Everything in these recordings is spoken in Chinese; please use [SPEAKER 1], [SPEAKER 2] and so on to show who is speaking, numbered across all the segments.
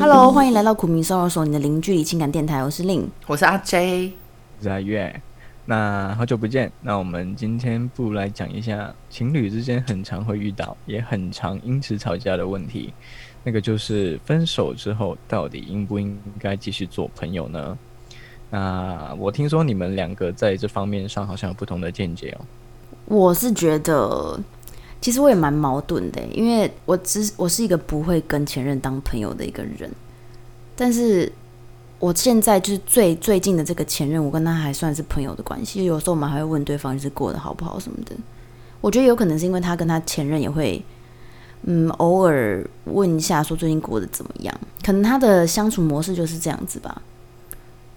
[SPEAKER 1] Hello，欢迎来到苦民骚扰所，你的零距离情感电台，我是令。
[SPEAKER 2] 我是阿 J，
[SPEAKER 3] 我是阿月。那好久不见，那我们今天不如来讲一下情侣之间很常会遇到，也很常因此吵架的问题，那个就是分手之后到底应不应该继续做朋友呢？那我听说你们两个在这方面上好像有不同的见解哦。
[SPEAKER 1] 我是觉得，其实我也蛮矛盾的，因为我只我是一个不会跟前任当朋友的一个人，但是我现在就是最最近的这个前任，我跟他还算是朋友的关系，有时候我们还会问对方就是过得好不好什么的。我觉得有可能是因为他跟他前任也会，嗯，偶尔问一下说最近过得怎么样，可能他的相处模式就是这样子吧。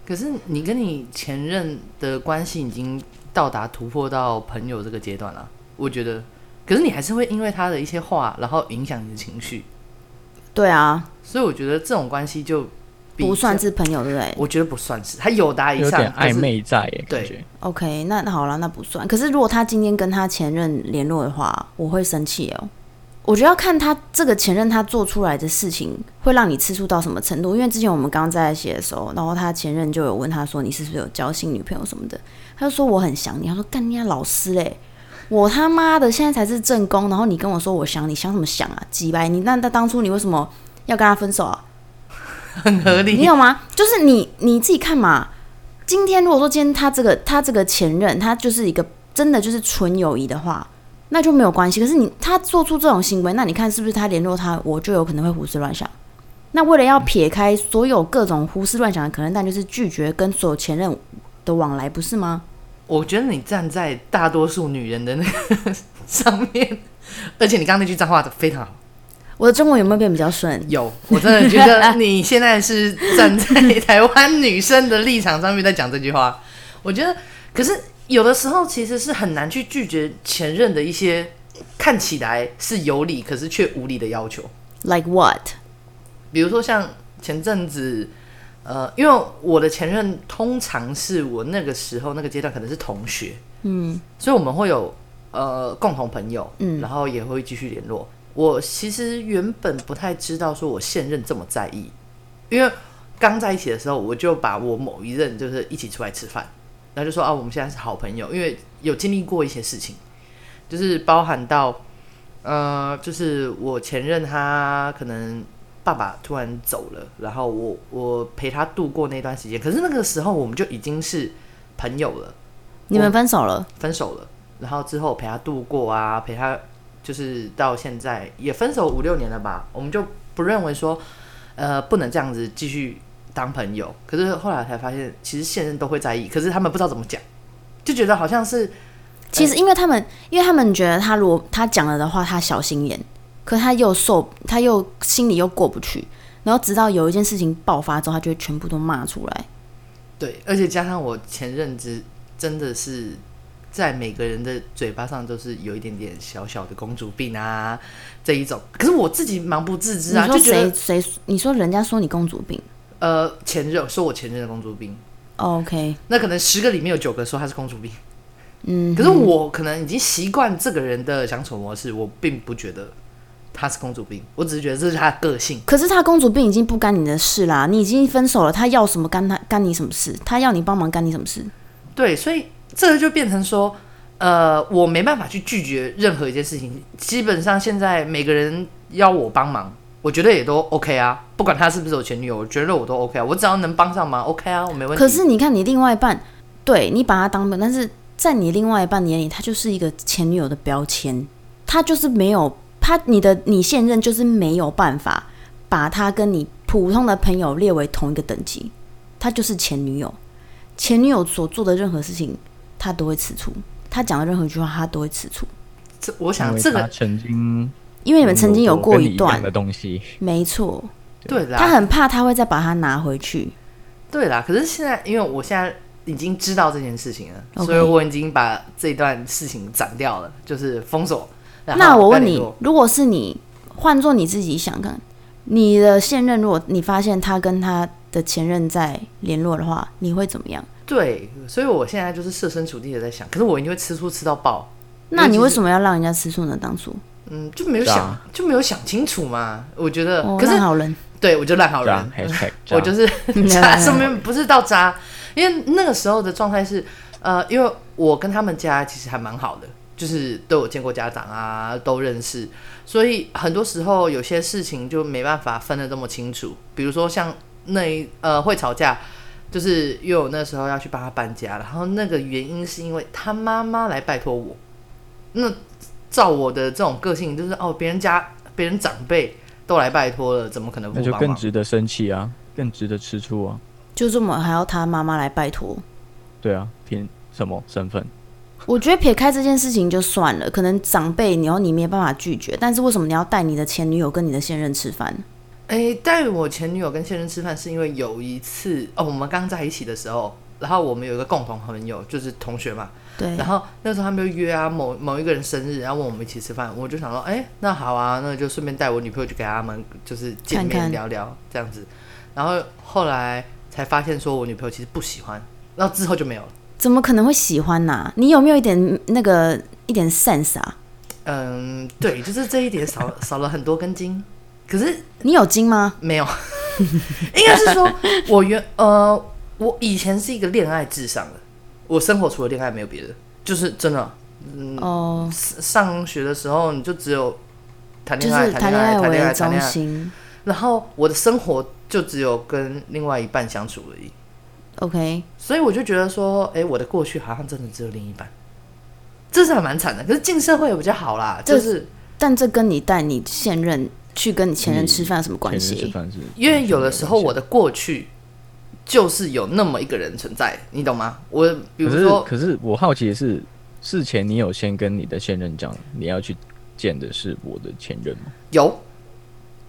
[SPEAKER 2] 可是你跟你前任的关系已经到达突破到朋友这个阶段了，我觉得。可是你还是会因为他的一些话，然后影响你的情绪，
[SPEAKER 1] 对啊，
[SPEAKER 2] 所以我觉得这种关系就比
[SPEAKER 1] 不算
[SPEAKER 2] 较，
[SPEAKER 1] 是朋友，对不对？
[SPEAKER 2] 我觉得不算是，他有达以
[SPEAKER 3] 有
[SPEAKER 2] 上
[SPEAKER 3] 点
[SPEAKER 2] 可
[SPEAKER 3] 暧
[SPEAKER 2] 是
[SPEAKER 3] 昧在耶，感
[SPEAKER 2] 对
[SPEAKER 3] 觉
[SPEAKER 1] OK，那那好了，那不算。可是如果他今天跟他前任联络的话，我会生气哦。我觉得要看他这个前任他做出来的事情会让你吃醋到什么程度。因为之前我们刚刚在一起的时候，然后他前任就有问他说你是不是有交新女朋友什么的，他就说我很想你，他说干你家啊老师嘞，我他妈的现在才是正宫，然后你跟我说我想你，想什么想啊，鸡掰你！那那当初你为什么要跟他分手啊？
[SPEAKER 2] 很合
[SPEAKER 1] 你
[SPEAKER 2] 理。
[SPEAKER 1] 有吗？就是你你自己看嘛。今天如果说今天他这个他这个前任，他就是一个真的就是纯友谊的话，那就没有关系。可是你他做出这种行为，那你看是不是他联络他，我就有可能会胡思乱想。那为了要撇开所有各种胡思乱想的可能，但就是拒绝跟所有前任的往来，不是吗？
[SPEAKER 2] 我觉得你站在大多数女人的那个上面，而且你刚刚那句脏话非常好，
[SPEAKER 1] 我的中文有没有变比较顺？
[SPEAKER 2] 有，我真的觉得你现在是站在台湾女生的立场上面在讲这句话。我觉得，可是有的时候其实是很难去拒绝前任的一些看起来是有理，可是却无理的要求。
[SPEAKER 1] Like what？
[SPEAKER 2] 比如说像前阵子，呃，因为我的前任通常是我那个时候那个阶段可能是同学，
[SPEAKER 1] 嗯，
[SPEAKER 2] 所以我们会有呃共同朋友，
[SPEAKER 1] 嗯
[SPEAKER 2] 然后也会继续联络。我其实原本不太知道说我现任这么在意，因为刚在一起的时候，我就把我某一任就是一起出来吃饭，然后就说啊，我们现在是好朋友，因为有经历过一些事情，就是包含到呃，就是我前任他可能爸爸突然走了，然后我我陪他度过那段时间，可是那个时候我们就已经是朋友了。
[SPEAKER 1] 你们分手了？
[SPEAKER 2] 分手了，然后之后陪他度过啊，陪他就是到现在也分手五六年了吧，我们就不认为说，呃，不能这样子继续当朋友。可是后来才发现，其实现任都会在意，可是他们不知道怎么讲，就觉得好像是
[SPEAKER 1] 其实因为他们，因为他们觉得他如果他讲了的话，他小心眼，可他又受，他又心里又过不去，然后直到有一件事情爆发之后，他就会全部都骂出来。
[SPEAKER 2] 对，而且加上我前任之真的是在每个人的嘴巴上都是有一点点小小的公主病啊这一种，可是我自己忙不自知啊，
[SPEAKER 1] 你说
[SPEAKER 2] 就觉
[SPEAKER 1] 谁
[SPEAKER 2] 得
[SPEAKER 1] 谁？你说人家说你公主病
[SPEAKER 2] 呃前任说我前任的公主病。
[SPEAKER 1] 哦？OK，
[SPEAKER 2] 那可能十个里面有九个说他是公主病，
[SPEAKER 1] 嗯，
[SPEAKER 2] 可是我可能已经习惯这个人的相处模式，我并不觉得他是公主病，我只是觉得这是他的个性。
[SPEAKER 1] 可是他公主病已经不干你的事啦，你已经分手了，他要什么干他干你什么事？他要你帮忙干你什么事？
[SPEAKER 2] 对，所以这个就变成说，呃，我没办法去拒绝任何一件事情。基本上现在每个人要我帮忙，我觉得也都 OK 啊，不管他是不是我前女友，我觉得我都 OK 啊，我只要能帮上忙，OK 啊，我没问题。
[SPEAKER 1] 可是你看你另外一半，对你把他当朋友，但是在你另外一半眼里，他就是一个前女友的标签，他就是没有他你的你现任就是没有办法把他跟你普通的朋友列为同一个等级，他就是前女友，前女友所做的任何事情，他都会吃醋，他讲的任何一句话，他都会吃醋，
[SPEAKER 2] 这我
[SPEAKER 3] 因
[SPEAKER 2] 想
[SPEAKER 3] 为
[SPEAKER 2] 这
[SPEAKER 3] 他
[SPEAKER 2] 个
[SPEAKER 3] 曾经
[SPEAKER 1] 因为你们曾经有
[SPEAKER 3] 嗯我
[SPEAKER 1] 过
[SPEAKER 3] 跟你一
[SPEAKER 1] 段
[SPEAKER 3] 样的，东西，
[SPEAKER 1] 没错，
[SPEAKER 2] 对啦，
[SPEAKER 1] 他很怕他会再把它拿回去，
[SPEAKER 2] 对啦，可是现在因为我现在已经知道这件事情了
[SPEAKER 1] OK
[SPEAKER 2] 所以我已经把这段事情斩掉了，就是封锁。然后
[SPEAKER 1] 那我问
[SPEAKER 2] 不要
[SPEAKER 1] 你
[SPEAKER 2] 联络，
[SPEAKER 1] 如果是你，换做你自己想看，你的现任，如果你发现他跟他的前任在联络的话，你会怎么样？
[SPEAKER 2] 对，所以我现在就是设身处地的在想，可是我一定会吃醋吃到爆。
[SPEAKER 1] 那你
[SPEAKER 2] 尤其
[SPEAKER 1] 为
[SPEAKER 2] 是
[SPEAKER 1] 什么要让人家吃醋呢？当初，
[SPEAKER 2] 嗯，就没有
[SPEAKER 3] 是啊
[SPEAKER 2] 想、就没有想清楚嘛？我觉得，
[SPEAKER 1] 哦，
[SPEAKER 2] 呃可是
[SPEAKER 1] 那好人，
[SPEAKER 2] 对我就烂好
[SPEAKER 3] 渣
[SPEAKER 2] 人，
[SPEAKER 3] ，#hashtag 渣，
[SPEAKER 2] 我就是 渣，上面不是到渣，因为那个时候的状态是，呃，因为我跟他们家其实还蛮好的，就是都有见过家长啊，都认识，所以很多时候有些事情就没办法分得这么清楚，比如说像那一呃会吵架。就是因为我那时候要去帮他搬家，然后那个原因是因为他妈妈来拜托我。那照我的这种个性，就是哦，别人家别人长辈都来拜托了，怎么可能不
[SPEAKER 3] 那就
[SPEAKER 2] 帮
[SPEAKER 3] 更
[SPEAKER 2] 忙？
[SPEAKER 3] 值得生气啊，更值得吃醋啊，
[SPEAKER 1] 就这么还要他妈妈来拜托。
[SPEAKER 3] 对啊，凭什么身份？
[SPEAKER 1] 我觉得撇开这件事情就算了，可能长辈你要你没办法拒绝，但是为什么你要带你的前女友跟你的现任吃饭？
[SPEAKER 2] 哎，带我前女友跟现任吃饭，是因为有一次哦，我们刚在一起的时候，然后我们有一个共同朋友，就是同学嘛，
[SPEAKER 1] 对
[SPEAKER 2] 然，后那时候他们就约啊某某一个人生日，然后问我们一起吃饭，我就想说，哎，那好啊，那就顺便带我女朋友去给他们就是见
[SPEAKER 1] 看
[SPEAKER 2] 面
[SPEAKER 1] 看
[SPEAKER 2] 聊聊这样子，然后后来才发现说我女朋友其实不喜欢，然后之后就没有了。
[SPEAKER 1] 怎么可能会喜欢呐、你有没有一点那个一点 sense 啊？
[SPEAKER 2] 嗯，对，就是这一点少少了很多根筋，可是
[SPEAKER 1] 你有精吗？
[SPEAKER 2] 没有，应该是说我原呃，我以前是一个恋爱至上的，我生活除了恋爱没有别的，就是真的嗯
[SPEAKER 1] 哦、
[SPEAKER 2] 上学的时候你就只有谈
[SPEAKER 1] 就
[SPEAKER 2] 恋爱、
[SPEAKER 1] 是
[SPEAKER 2] 谈
[SPEAKER 1] 谈
[SPEAKER 2] 恋
[SPEAKER 1] 恋
[SPEAKER 2] 爱、
[SPEAKER 1] 爱
[SPEAKER 2] 谈恋爱、
[SPEAKER 1] 为
[SPEAKER 2] 谈
[SPEAKER 1] 中
[SPEAKER 2] 恋爱，
[SPEAKER 1] 心。
[SPEAKER 2] 然后我的生活就只有跟另外一半相处而已，
[SPEAKER 1] OK，
[SPEAKER 2] 所以我就觉得说，哎、我的过去好像真的只有另一半，这是还蛮惨的。可是进社会也比较好啦，
[SPEAKER 1] 这
[SPEAKER 2] 就是。
[SPEAKER 1] 但这跟你带你现任去跟你前任吃饭有什么关
[SPEAKER 3] 前任吃
[SPEAKER 1] 系？
[SPEAKER 3] 饭是，
[SPEAKER 2] 因为有的时候我的过去就是有那么一个人存在，你懂吗？我比
[SPEAKER 3] 可
[SPEAKER 2] 如
[SPEAKER 3] 是
[SPEAKER 2] 说，
[SPEAKER 3] 可是我好奇的是，事前你有先跟你的现任讲你要去见的是我的前任 吗？
[SPEAKER 2] 有，啊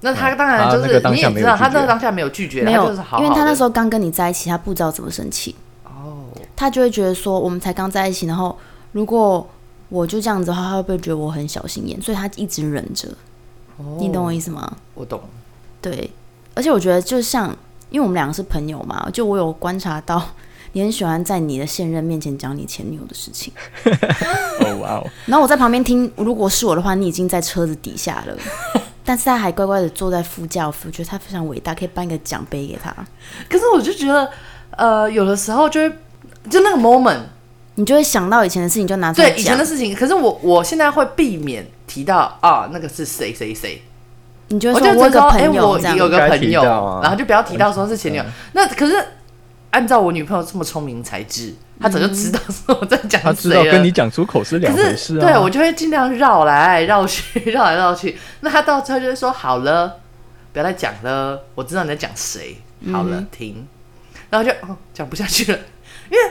[SPEAKER 2] 那他
[SPEAKER 3] 嗯
[SPEAKER 2] 当然
[SPEAKER 3] 他
[SPEAKER 2] 就
[SPEAKER 3] 那个
[SPEAKER 2] 是、
[SPEAKER 3] 当
[SPEAKER 2] 你
[SPEAKER 3] 下
[SPEAKER 2] 也
[SPEAKER 3] 没有
[SPEAKER 2] 知道，他
[SPEAKER 3] 拒
[SPEAKER 2] 那个
[SPEAKER 3] 绝
[SPEAKER 2] 当下没有拒绝，
[SPEAKER 1] 没
[SPEAKER 2] 他
[SPEAKER 1] 有
[SPEAKER 2] 就是好好，
[SPEAKER 1] 因为他那时
[SPEAKER 2] 候
[SPEAKER 1] 候刚跟你在一起，他不知道怎么生气，
[SPEAKER 2] 哦，
[SPEAKER 1] 他就会觉得说我们才刚在一起，然后如果我就这样子的话，他会不会觉得我很小心眼？所以他一直忍着，你懂我
[SPEAKER 2] 我，
[SPEAKER 1] 意思吗？
[SPEAKER 2] 我懂，
[SPEAKER 1] 对，而且我觉得就像，因为我们两个是朋友嘛，就我有观察到，你很喜欢在你的现任面前讲你前女友的事情。
[SPEAKER 3] 哦哇哦，
[SPEAKER 1] 然后我在旁边听，如果是我的话，你已经在车子底下 了，但是他还乖乖的坐在副驾，我觉得他非常伟大，可以颁一个奖杯给他，
[SPEAKER 2] 可是我就觉得，呃，有的时候就会就那个 moment，
[SPEAKER 1] 你就会想到以前的事情就拿出来
[SPEAKER 2] 对以前
[SPEAKER 1] 讲
[SPEAKER 2] 的，事情，可是我我现在会避免提到啊，那个是谁谁谁，
[SPEAKER 1] 你就
[SPEAKER 2] 我
[SPEAKER 1] 会
[SPEAKER 2] 就
[SPEAKER 1] 说
[SPEAKER 2] 只
[SPEAKER 1] 我有个
[SPEAKER 2] 说，哎、
[SPEAKER 1] 朋友
[SPEAKER 2] 我
[SPEAKER 1] 这样，
[SPEAKER 2] 有个
[SPEAKER 3] 该
[SPEAKER 2] 朋
[SPEAKER 3] 提
[SPEAKER 2] 友，
[SPEAKER 3] 到啊
[SPEAKER 2] 然后就不要提到嗯说是前女友。那可是按照我女朋友这么聪明才智，她早就知道说我在讲
[SPEAKER 3] 他知
[SPEAKER 2] 谁
[SPEAKER 3] 道
[SPEAKER 2] 了。
[SPEAKER 3] 跟你讲出口是两
[SPEAKER 2] 可
[SPEAKER 3] 回
[SPEAKER 2] 是
[SPEAKER 3] 事啊。
[SPEAKER 2] 对我就会尽量绕来绕去， 绕来绕去。那她到最后就会说：“好了，不要再讲了，我知道你在讲谁，
[SPEAKER 1] 嗯
[SPEAKER 2] 好了，停。”然后就哦，讲不下去了，因为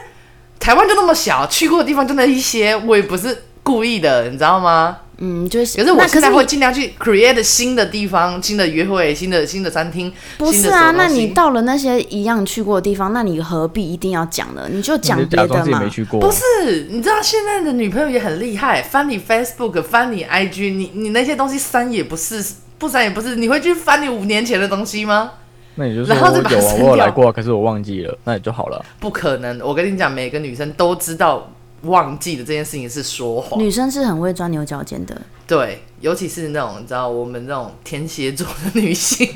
[SPEAKER 2] 台湾就那么小，去过的地方就那一些，我也不是故意的，你知道吗？
[SPEAKER 1] 嗯，就是，
[SPEAKER 2] 可是我
[SPEAKER 1] 那可
[SPEAKER 2] 现
[SPEAKER 1] 是
[SPEAKER 2] 在
[SPEAKER 1] 你
[SPEAKER 2] 会尽量去 create 新的地方、新的约会、新的新的餐厅。
[SPEAKER 1] 不
[SPEAKER 2] 新
[SPEAKER 1] 是
[SPEAKER 2] 的
[SPEAKER 1] 啊？
[SPEAKER 2] 什么
[SPEAKER 1] 那
[SPEAKER 2] 东西
[SPEAKER 1] 你到了那些一样去过的地方，那你何必一定要讲呢？你就讲
[SPEAKER 3] 你就假
[SPEAKER 1] 别
[SPEAKER 3] 装
[SPEAKER 1] 的
[SPEAKER 3] 自己
[SPEAKER 1] 嘛。
[SPEAKER 3] 没去过，
[SPEAKER 2] 不是？你知道现在的女朋友也很厉害，翻你 Facebook，翻你 IG，你你那些东西删也不是，不删也不是，你会去翻你五年前的东西吗？
[SPEAKER 3] 那你就说
[SPEAKER 2] 然后
[SPEAKER 3] 我
[SPEAKER 2] 再把它
[SPEAKER 3] 有啊，
[SPEAKER 2] 删
[SPEAKER 3] 我有来
[SPEAKER 2] 掉
[SPEAKER 3] 过啊，可是我忘记了，那也就好了。
[SPEAKER 2] 不可能！我跟你讲，每个女生都知道忘记的这件事情是说谎。
[SPEAKER 1] 女生是很会钻牛角尖的，
[SPEAKER 2] 对，尤其是那种你知道我们那种天蝎座的女性，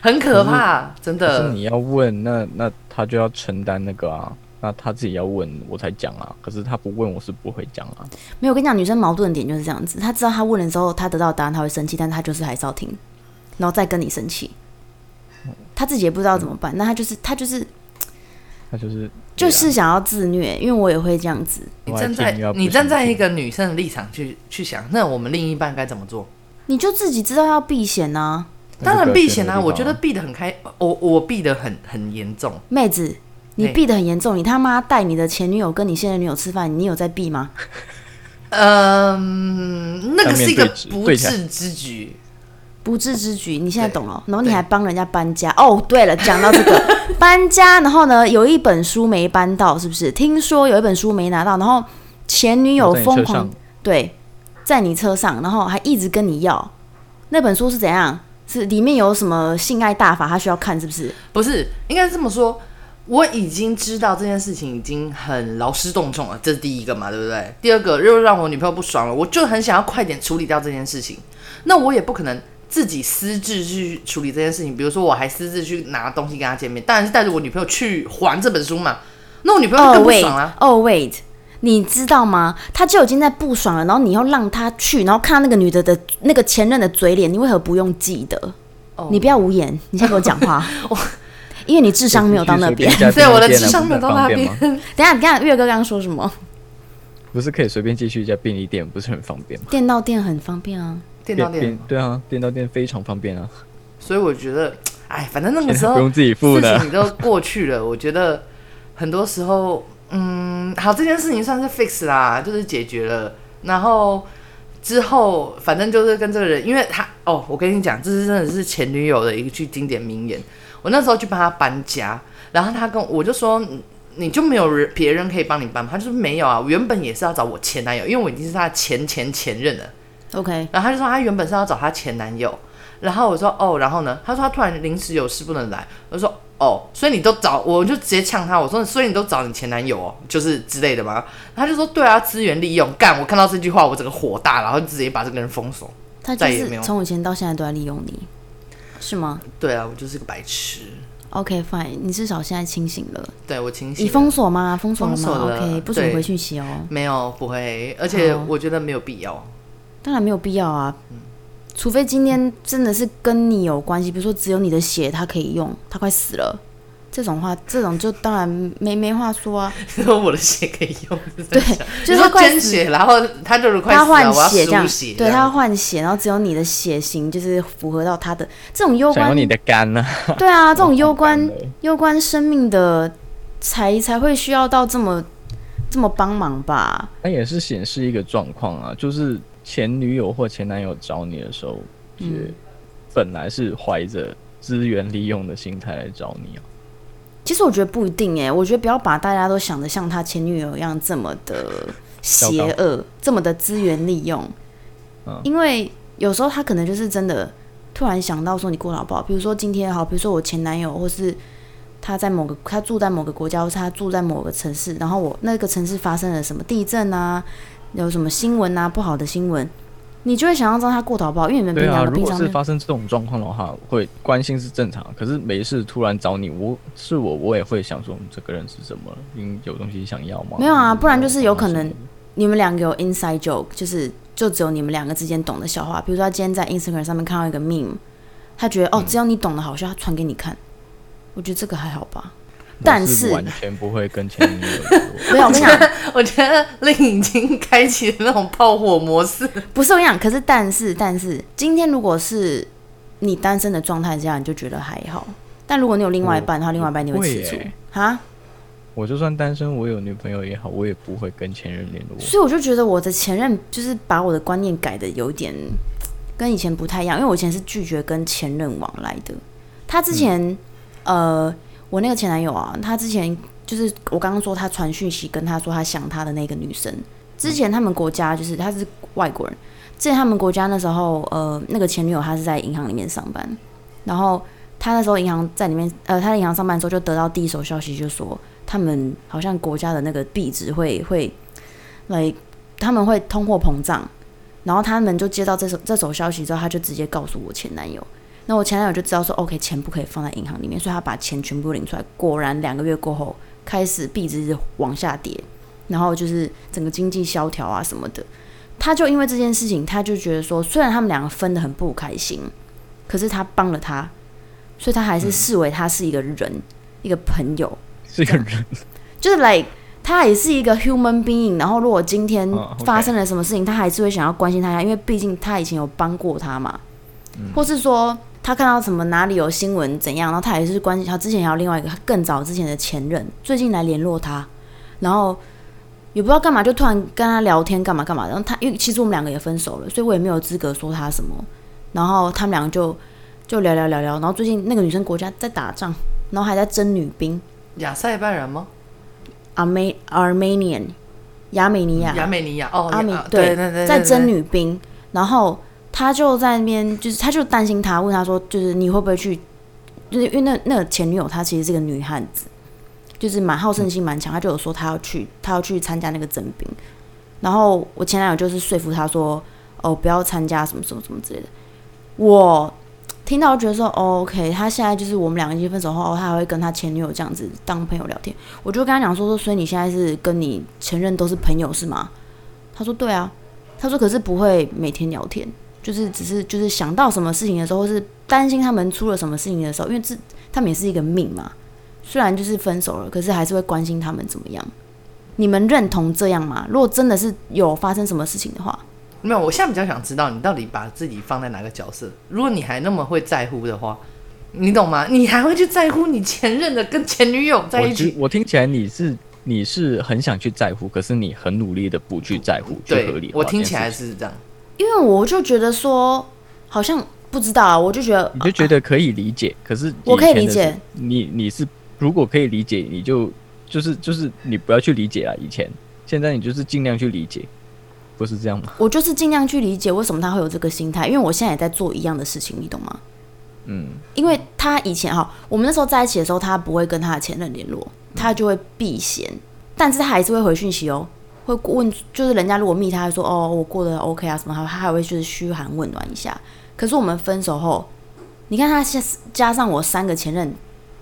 [SPEAKER 2] 很可怕，真
[SPEAKER 3] 可
[SPEAKER 2] 的
[SPEAKER 3] 是。你要问，那那他就要承担那个啊，那他自己要问我才讲啊。可是他不问我是不会讲啊。
[SPEAKER 1] 没有，我跟你讲，女生矛盾的点就是这样子，她知道她问了之后，她得到答案，她会生气，但是她就是还是要听，然后再跟你生气，她自己也不知道怎么办，那她就是她就是
[SPEAKER 3] 他就是啊
[SPEAKER 1] 就是想要自虐，因为我也会这样子。
[SPEAKER 2] 你
[SPEAKER 3] 我还
[SPEAKER 2] 站
[SPEAKER 3] 听
[SPEAKER 2] 在
[SPEAKER 3] 又要
[SPEAKER 2] 你
[SPEAKER 3] 不
[SPEAKER 2] 站
[SPEAKER 3] 相
[SPEAKER 2] 在一
[SPEAKER 3] 信
[SPEAKER 2] 个女生的立场去去想，那我们另一半该怎么做？
[SPEAKER 1] 你就自己知道要避嫌啊呐、
[SPEAKER 3] 那
[SPEAKER 2] 当
[SPEAKER 3] 就
[SPEAKER 2] 然
[SPEAKER 3] 不要
[SPEAKER 2] 避
[SPEAKER 3] 去
[SPEAKER 2] 嫌
[SPEAKER 3] 那
[SPEAKER 2] 啊，
[SPEAKER 3] 个地
[SPEAKER 2] 我
[SPEAKER 3] 方
[SPEAKER 2] 觉得避得很开，我我避得很很严重。
[SPEAKER 1] 妹子，你
[SPEAKER 2] 哎
[SPEAKER 1] 避得很严重，你他妈带你的前女友跟你现任女友吃饭，你有在避吗？
[SPEAKER 2] 嗯，那个
[SPEAKER 3] 当面
[SPEAKER 2] 是一个
[SPEAKER 3] 对质
[SPEAKER 2] 不
[SPEAKER 3] 对起来
[SPEAKER 2] 智之举。
[SPEAKER 1] 不智之举，你现在
[SPEAKER 2] 对
[SPEAKER 1] 懂了，然后你还
[SPEAKER 2] 对
[SPEAKER 1] 帮人家搬家。哦，对了，讲到这 个搬家，然后呢，有一本书没搬到，是不是？听说有一本书没拿到，然后前女友
[SPEAKER 3] 哦在你
[SPEAKER 1] 疯
[SPEAKER 3] 车
[SPEAKER 1] 狂
[SPEAKER 3] 上
[SPEAKER 1] 对，在你车上，然后还一直跟你要那本书是怎样？是里面有什么性爱大法，他需要看是不是？
[SPEAKER 2] 不是，应该是这么说。我已经知道这件事情已经很劳师动众了，这是第一个嘛，对不对？第二个又让我女朋友不爽了，我就很想要快点处理掉这件事情。那我也不可能自己私自去处理这件事情。比如说，我还私自去拿东西跟他见面，当然是带着我女朋友去还这本书嘛。那我女朋友就
[SPEAKER 1] Oh
[SPEAKER 2] 更不
[SPEAKER 1] wait,
[SPEAKER 2] 爽啊啦、
[SPEAKER 1] oh wait，你知道吗？他就已经在不爽了，然后你又让他去，然后看到那个女的的那个前任的嘴脸，你为何不用记得？
[SPEAKER 2] 哦
[SPEAKER 1] 你不要无言，你先给我讲话
[SPEAKER 2] 我。
[SPEAKER 1] 因为你智商没有到那边。
[SPEAKER 2] 对我的智商没
[SPEAKER 3] 没
[SPEAKER 2] 有到那边
[SPEAKER 3] 吗？
[SPEAKER 1] 等一下，等一下，月哥刚刚说什么？
[SPEAKER 3] 不是可以随便继续一家便利店，不是很方便吗？
[SPEAKER 1] 电到店很方便啊。
[SPEAKER 2] 电到店
[SPEAKER 3] 便，对啊，电到店非常方便啊，
[SPEAKER 2] 所以我觉得，哎，反正那个
[SPEAKER 3] 现
[SPEAKER 2] 时
[SPEAKER 3] 在
[SPEAKER 2] 候
[SPEAKER 3] 不用自己付
[SPEAKER 2] 事
[SPEAKER 3] 的
[SPEAKER 2] 情都过去了， 我觉得很多时候，嗯，好，这件事情算是 fix 啦，就是解决了。然后之后，反正就是跟这个人，因为他哦，我跟你讲，这是真的是前女友的一句经典名言。我那时候去帮他搬家，然后他跟我就说。嗯你就没有人别人可以帮你搬吗？他就说没有啊，我原本也是要找我前男友，因为我已经是他的前前前任了。
[SPEAKER 1] OK，
[SPEAKER 2] 然后他就说他原本是要找他前男友，然后我说哦，然后呢？他说他突然临时有事不能来，我说哦，所以你都找，我就直接呛他，我说所以你都找你前男友哦，就是之类的嘛。他就说对啊，资源利用，干！我看到这句话，我整个火大，然后直接把这个人封锁。
[SPEAKER 1] 他就
[SPEAKER 2] 再也没
[SPEAKER 1] 是
[SPEAKER 2] 有
[SPEAKER 1] 从以前到现在都在利用你，是吗
[SPEAKER 2] 对啊，我就是个白痴。
[SPEAKER 1] ？OK fine，你至少现在清醒了。
[SPEAKER 2] 对我清醒
[SPEAKER 1] 你
[SPEAKER 2] 了，
[SPEAKER 1] 封锁吗？封锁了
[SPEAKER 2] 封锁
[SPEAKER 1] 吗
[SPEAKER 2] 了
[SPEAKER 1] ？OK，不准
[SPEAKER 2] 对
[SPEAKER 1] 回讯息哦。
[SPEAKER 2] 没有不会，而且
[SPEAKER 1] 好
[SPEAKER 2] 我觉得没有必要。
[SPEAKER 1] 当然没有必要啊，除非今天真的是跟你有关系，比如说只有你的血他可以用，他快死了，这种话，这种就当然没没话说啊。
[SPEAKER 2] 说我的血可以用， 对，
[SPEAKER 1] 就是
[SPEAKER 2] 说
[SPEAKER 1] 他快
[SPEAKER 2] 捐
[SPEAKER 1] 死
[SPEAKER 2] 血，然后他就是快
[SPEAKER 1] 他
[SPEAKER 2] 死啊
[SPEAKER 1] 换
[SPEAKER 2] 了，我要
[SPEAKER 1] 血这样
[SPEAKER 2] 输血，，
[SPEAKER 1] 对他要换血，然后只有你的血型就是符合到他的这种攸
[SPEAKER 3] 想要
[SPEAKER 1] 关，
[SPEAKER 3] 你的肝啊，
[SPEAKER 1] 对啊，这种攸关
[SPEAKER 3] 好烦哦
[SPEAKER 1] 攸关生命的才才会需要到这么这么帮忙吧。
[SPEAKER 3] 那也是显示一个状况啊，就是前女友或前男友找你的时候，
[SPEAKER 2] 嗯
[SPEAKER 3] 也本来是怀着资源利用的心态来找你啊。
[SPEAKER 1] 其实我觉得不一定哎，我觉得不要把大家都想的像他前女友一样这么的邪恶，这么的资源利用。
[SPEAKER 3] 嗯
[SPEAKER 1] 因为有时候他可能就是真的突然想到说你过得好不好，比如说今天好，比如说我前男友，或是他在某个他住在某个国家，或是他住在某个城市，然后我那个城市发生了什么地震啊，有什么新闻啊，不好的新闻，你就会想要知道他过得好不好，因为你们
[SPEAKER 3] 对
[SPEAKER 1] 平
[SPEAKER 3] 啊，
[SPEAKER 1] 常的
[SPEAKER 3] 如
[SPEAKER 1] 平
[SPEAKER 3] 果
[SPEAKER 1] 常
[SPEAKER 3] 是
[SPEAKER 1] 没有
[SPEAKER 3] 发生这种状况的话，会关心是正常，可是没事突然找你，我是我我也会想说，嗯这个人是怎么了？因有东西想要吗？
[SPEAKER 1] 没有啊不然就是有可
[SPEAKER 3] 什么
[SPEAKER 1] 能你们两个有 inside joke，就是就只有你们两个之间懂的笑话。比如说，他今天在 Instagram 上面看到一个 meme，他觉得哦，只有你懂的好笑，他传给你看。我觉得这个还好吧。但
[SPEAKER 3] 我
[SPEAKER 1] 是
[SPEAKER 3] 是完全不会跟前女友说。
[SPEAKER 1] 没有，我跟你讲，
[SPEAKER 2] 我觉得令已经开启了那种炮火模式。
[SPEAKER 1] 不是我跟你讲，可是但是但是，今天如果是你单身的状态下，你就觉得还好。但如果你有另外一半，
[SPEAKER 3] 我
[SPEAKER 1] 他另外一半你
[SPEAKER 3] 我
[SPEAKER 1] 会
[SPEAKER 3] 会
[SPEAKER 1] 吃醋
[SPEAKER 3] 耶
[SPEAKER 1] 啊。
[SPEAKER 3] 我就算单身，我有女朋友也好，我也不会跟前任联络。
[SPEAKER 1] 所以我就觉得我的前任就是把我的观念改的有点跟以前不太一样，因为我以前是拒绝跟前任往来的。他之前，呃，我那个前男友啊，他之前就是我刚刚说他传讯息跟他说他想他的那个女生，之前他们国家就是他是外国人，之前他们国家那时候，呃，那个前女友她是在银行里面上班，然后他那时候银行在里面，呃，他在银行上班的时候就得到第一手消息，就说他们好像国家的那个币值会会来他们会通货膨胀，然后他们就接到这首这首消息之后，他就直接告诉我前男友。那我前男友就知道说，OK，钱不可以放在银行里面，所以他把钱全部领出来。果然两个月过后，开始币值往下跌，然后就是整个经济萧条啊什么的。他就因为这件事情，他就觉得说，虽然他们两个分的很不开心，可是他帮了他，所以他还是视为他是一个人，一个朋友。
[SPEAKER 3] 是个人，
[SPEAKER 1] 就是 like 他也是一个 human being，然后如果今天
[SPEAKER 3] 嗯，OK
[SPEAKER 1] 发生了什么事情，他还是会想要关心他一下，因为毕竟他以前有帮过他嘛，或是说他看到什么哪里有新闻怎样，然后他也是关心他之前还有另外一个更早之前的前任，最近来联络他，然后也不知道干嘛，就突然跟他聊天干嘛干嘛，然后他因为其实我们两个也分手了，所以我也没有资格说他什么，然后他们两个就就聊聊聊聊，然后最近那个女生国家在打仗，然后还在征女兵。
[SPEAKER 2] 亚塞拜然吗？
[SPEAKER 1] 阿美 Armenian 亚美尼亚
[SPEAKER 2] 亚美尼亚哦，
[SPEAKER 1] 阿美
[SPEAKER 2] 亚
[SPEAKER 1] 对
[SPEAKER 2] 对对对，
[SPEAKER 1] 在
[SPEAKER 2] 对
[SPEAKER 1] 征。女兵，然后他就在那边就是他就担心他，问他说就是你会不会去，就是因为那那个前女友她其实是个女汉子，就是蛮好胜心蛮强，他就有说他要去他要去参加那个征兵，然后我前男友就是说服他说哦不要参加什么什么什么之类的，我听到觉得说、哦、，OK，他现在就是我们两个已经分手后，哦他还会跟他前女友这样子当朋友聊天。我就跟他讲说说，所以你现在是跟你前任都是朋友是吗？他说对啊，他说可是不会每天聊天，就是只是就是想到什么事情的时候，或是担心他们出了什么事情的时候，因为这他们也是一个命嘛，虽然就是分手了，可是还是会关心他们怎么样。你们认同这样吗？如果真的是有发生什么事情的话，
[SPEAKER 2] 没有，我现在比较想知道你到底把自己放在哪个角色。如果你还那么会在乎的话，你懂吗？你还会去在乎你前任的跟前女友在
[SPEAKER 3] 我
[SPEAKER 2] 一
[SPEAKER 3] 觉
[SPEAKER 2] 起？
[SPEAKER 3] 我听起来你是你是很想去在乎，可是你很努力的不去在乎，去合
[SPEAKER 2] 对
[SPEAKER 3] 理，化
[SPEAKER 2] 我听
[SPEAKER 3] 这件
[SPEAKER 2] 起来
[SPEAKER 3] 事情
[SPEAKER 2] 是这样。
[SPEAKER 1] 因为我就觉得说，好像不知道啊，我就觉得
[SPEAKER 3] 你就觉得可以理解，可是
[SPEAKER 1] 我可以理
[SPEAKER 3] 前
[SPEAKER 1] 解
[SPEAKER 3] 的是你你是如果可以理解，你就就是就是你不要去理解啊，以前现在你就是尽量去理解，不是这样吗？
[SPEAKER 1] 我就是尽量去理解为什么他会有这个心态，因为我现在也在做一样的事情，你懂吗？
[SPEAKER 3] 嗯，
[SPEAKER 1] 因为他以前哈，我们那时候在一起的时候，他不会跟他的前任联络，他就会避嫌，但是他还是会回讯息哦，会问，就是人家如果密他，他会说哦我过得 OK 啊什么，他他还会就是嘘寒问暖一下。可是我们分手后，你看他加加上我三个前任，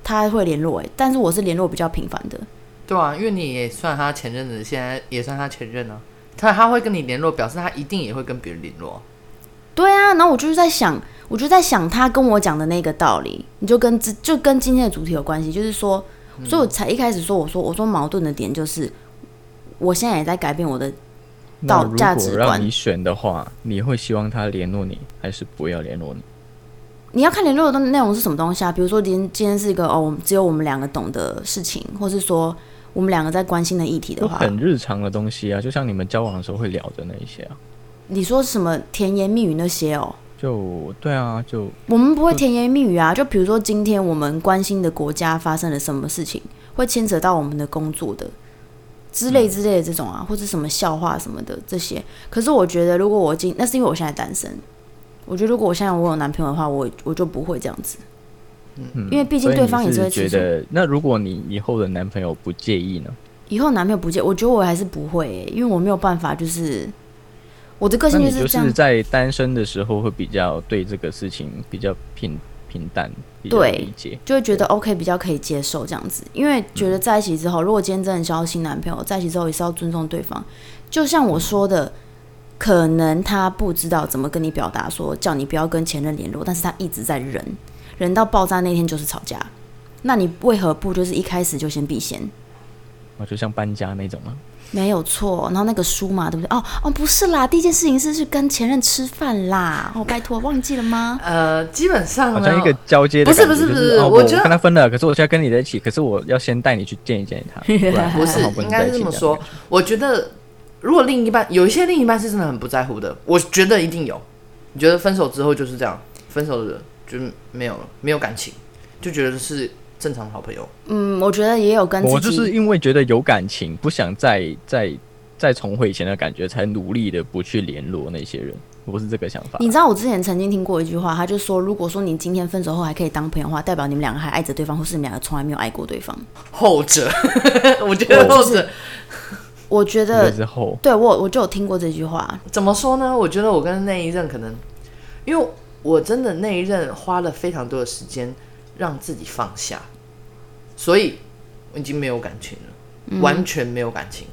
[SPEAKER 1] 他会联络哎、但是我是联络比较频繁的，
[SPEAKER 2] 对啊，因为你也算他前任的，现在也算他前任啊。他他会跟你联络，表示他一定也会跟别人联络。
[SPEAKER 1] 对啊，然后我就是在想，我就在想他跟我讲的那个道理，你就跟这就跟今天的主题有关系，就是说，所以我才一开始说，我说我说矛盾的点就是，我现在也在改变我的，
[SPEAKER 3] 那
[SPEAKER 1] 到
[SPEAKER 3] 如
[SPEAKER 1] 价值
[SPEAKER 3] 果让
[SPEAKER 1] 观
[SPEAKER 3] 你选的话，你会希望他联络你，还是不要联络你？
[SPEAKER 1] 你要看联络的内容是什么东西啊？比如说今天今天是一个哦，我们只有我们两个懂的事情，或是说我们两个在关心的议题
[SPEAKER 3] 就
[SPEAKER 1] 的话，
[SPEAKER 3] 很日常的东西啊，就像你们交往的时候会聊的那一些啊，
[SPEAKER 1] 你说什么甜言蜜语那些哦，
[SPEAKER 3] 就对啊，就
[SPEAKER 1] 我们不会甜言蜜语啊，就比如说今天我们关心的国家发生了什么事情，会牵扯到我们的工作的之类之类的这种啊，或者什么笑话什么的这些。可是我觉得，如果我今那是因为我现在单身，我觉得如果我现在我有男朋友的话，我我就不会这样子，
[SPEAKER 3] 嗯，
[SPEAKER 1] 因为毕竟
[SPEAKER 3] 所以
[SPEAKER 1] 对
[SPEAKER 3] 你
[SPEAKER 1] 方也
[SPEAKER 3] 是
[SPEAKER 1] 是会
[SPEAKER 3] 觉
[SPEAKER 1] 吃醋。
[SPEAKER 3] 得，那如果你以后的男朋友不介意呢？
[SPEAKER 1] 以后男朋友不见，我觉得我还是不会、欸，因为我没有办法，就是我的个
[SPEAKER 3] 那
[SPEAKER 1] 性
[SPEAKER 3] 你
[SPEAKER 1] 是
[SPEAKER 3] 就
[SPEAKER 1] 这样啊
[SPEAKER 3] 是。在单身的时候会比较对这个事情比较平平淡，比较
[SPEAKER 1] 对
[SPEAKER 3] 理解。
[SPEAKER 1] 就会觉得 OK 比较可以接受这样子，因为觉得在一起之后，如果今天真的交新男朋友，在一起之后也是要尊重对方。就像我说的，可能他不知道怎么跟你表达说叫你不要跟前任联络，但是他一直在忍，忍到爆炸那天就是吵架。那你为何不就是一开始就先避嫌？
[SPEAKER 3] 啊，就像搬家那种啊，
[SPEAKER 1] 没有错，然后那个书嘛，对不对？哦哦，不是啦，第一件事情是去跟前任吃饭啦。哦，拜托，忘记了吗？
[SPEAKER 2] 呃，基本上
[SPEAKER 3] 好
[SPEAKER 2] 呢
[SPEAKER 3] 像一，个交接的
[SPEAKER 2] 不是
[SPEAKER 3] 感觉
[SPEAKER 2] 不是
[SPEAKER 3] 就
[SPEAKER 2] 不
[SPEAKER 3] 是
[SPEAKER 2] 是
[SPEAKER 3] 哦
[SPEAKER 2] 我
[SPEAKER 3] 我
[SPEAKER 2] 觉得
[SPEAKER 3] 跟他分了，可是我现在跟你在一起，可是我要先带你去见一见 他，不然
[SPEAKER 2] 不是
[SPEAKER 3] 刚好不能
[SPEAKER 2] 应该
[SPEAKER 3] 在一
[SPEAKER 2] 是
[SPEAKER 3] 起
[SPEAKER 2] 这么
[SPEAKER 3] 样
[SPEAKER 2] 说
[SPEAKER 3] 感觉。
[SPEAKER 2] 我觉得，如果另一半有一些另一半是真的很不在乎的，我觉得一定有。你觉得分手之后就是这样，分手的人就没有了，没有感情，就觉得是正常的好朋友。
[SPEAKER 1] 嗯，我觉得也有跟自己
[SPEAKER 3] 我就是因为觉得有感情，不想再再再重回以前的感觉，才努力的不去联络那些人。我是这个想法。
[SPEAKER 1] 你知道我之前曾经听过一句话，他就说，如果说你今天分手后还可以当朋友的话，代表你们两个还爱着对方，或是你们两个从来没有爱过对方。
[SPEAKER 2] 后者， 我觉得后者
[SPEAKER 1] 我觉
[SPEAKER 3] 我
[SPEAKER 1] 得
[SPEAKER 3] 之后
[SPEAKER 1] 对我我就有听过这句话，
[SPEAKER 2] 怎么说呢？我觉得我跟那一任可能，因为我真的那一任花了非常多的时间让自己放下，所以我已经没有感情了，
[SPEAKER 3] 嗯
[SPEAKER 2] 完全没有感情。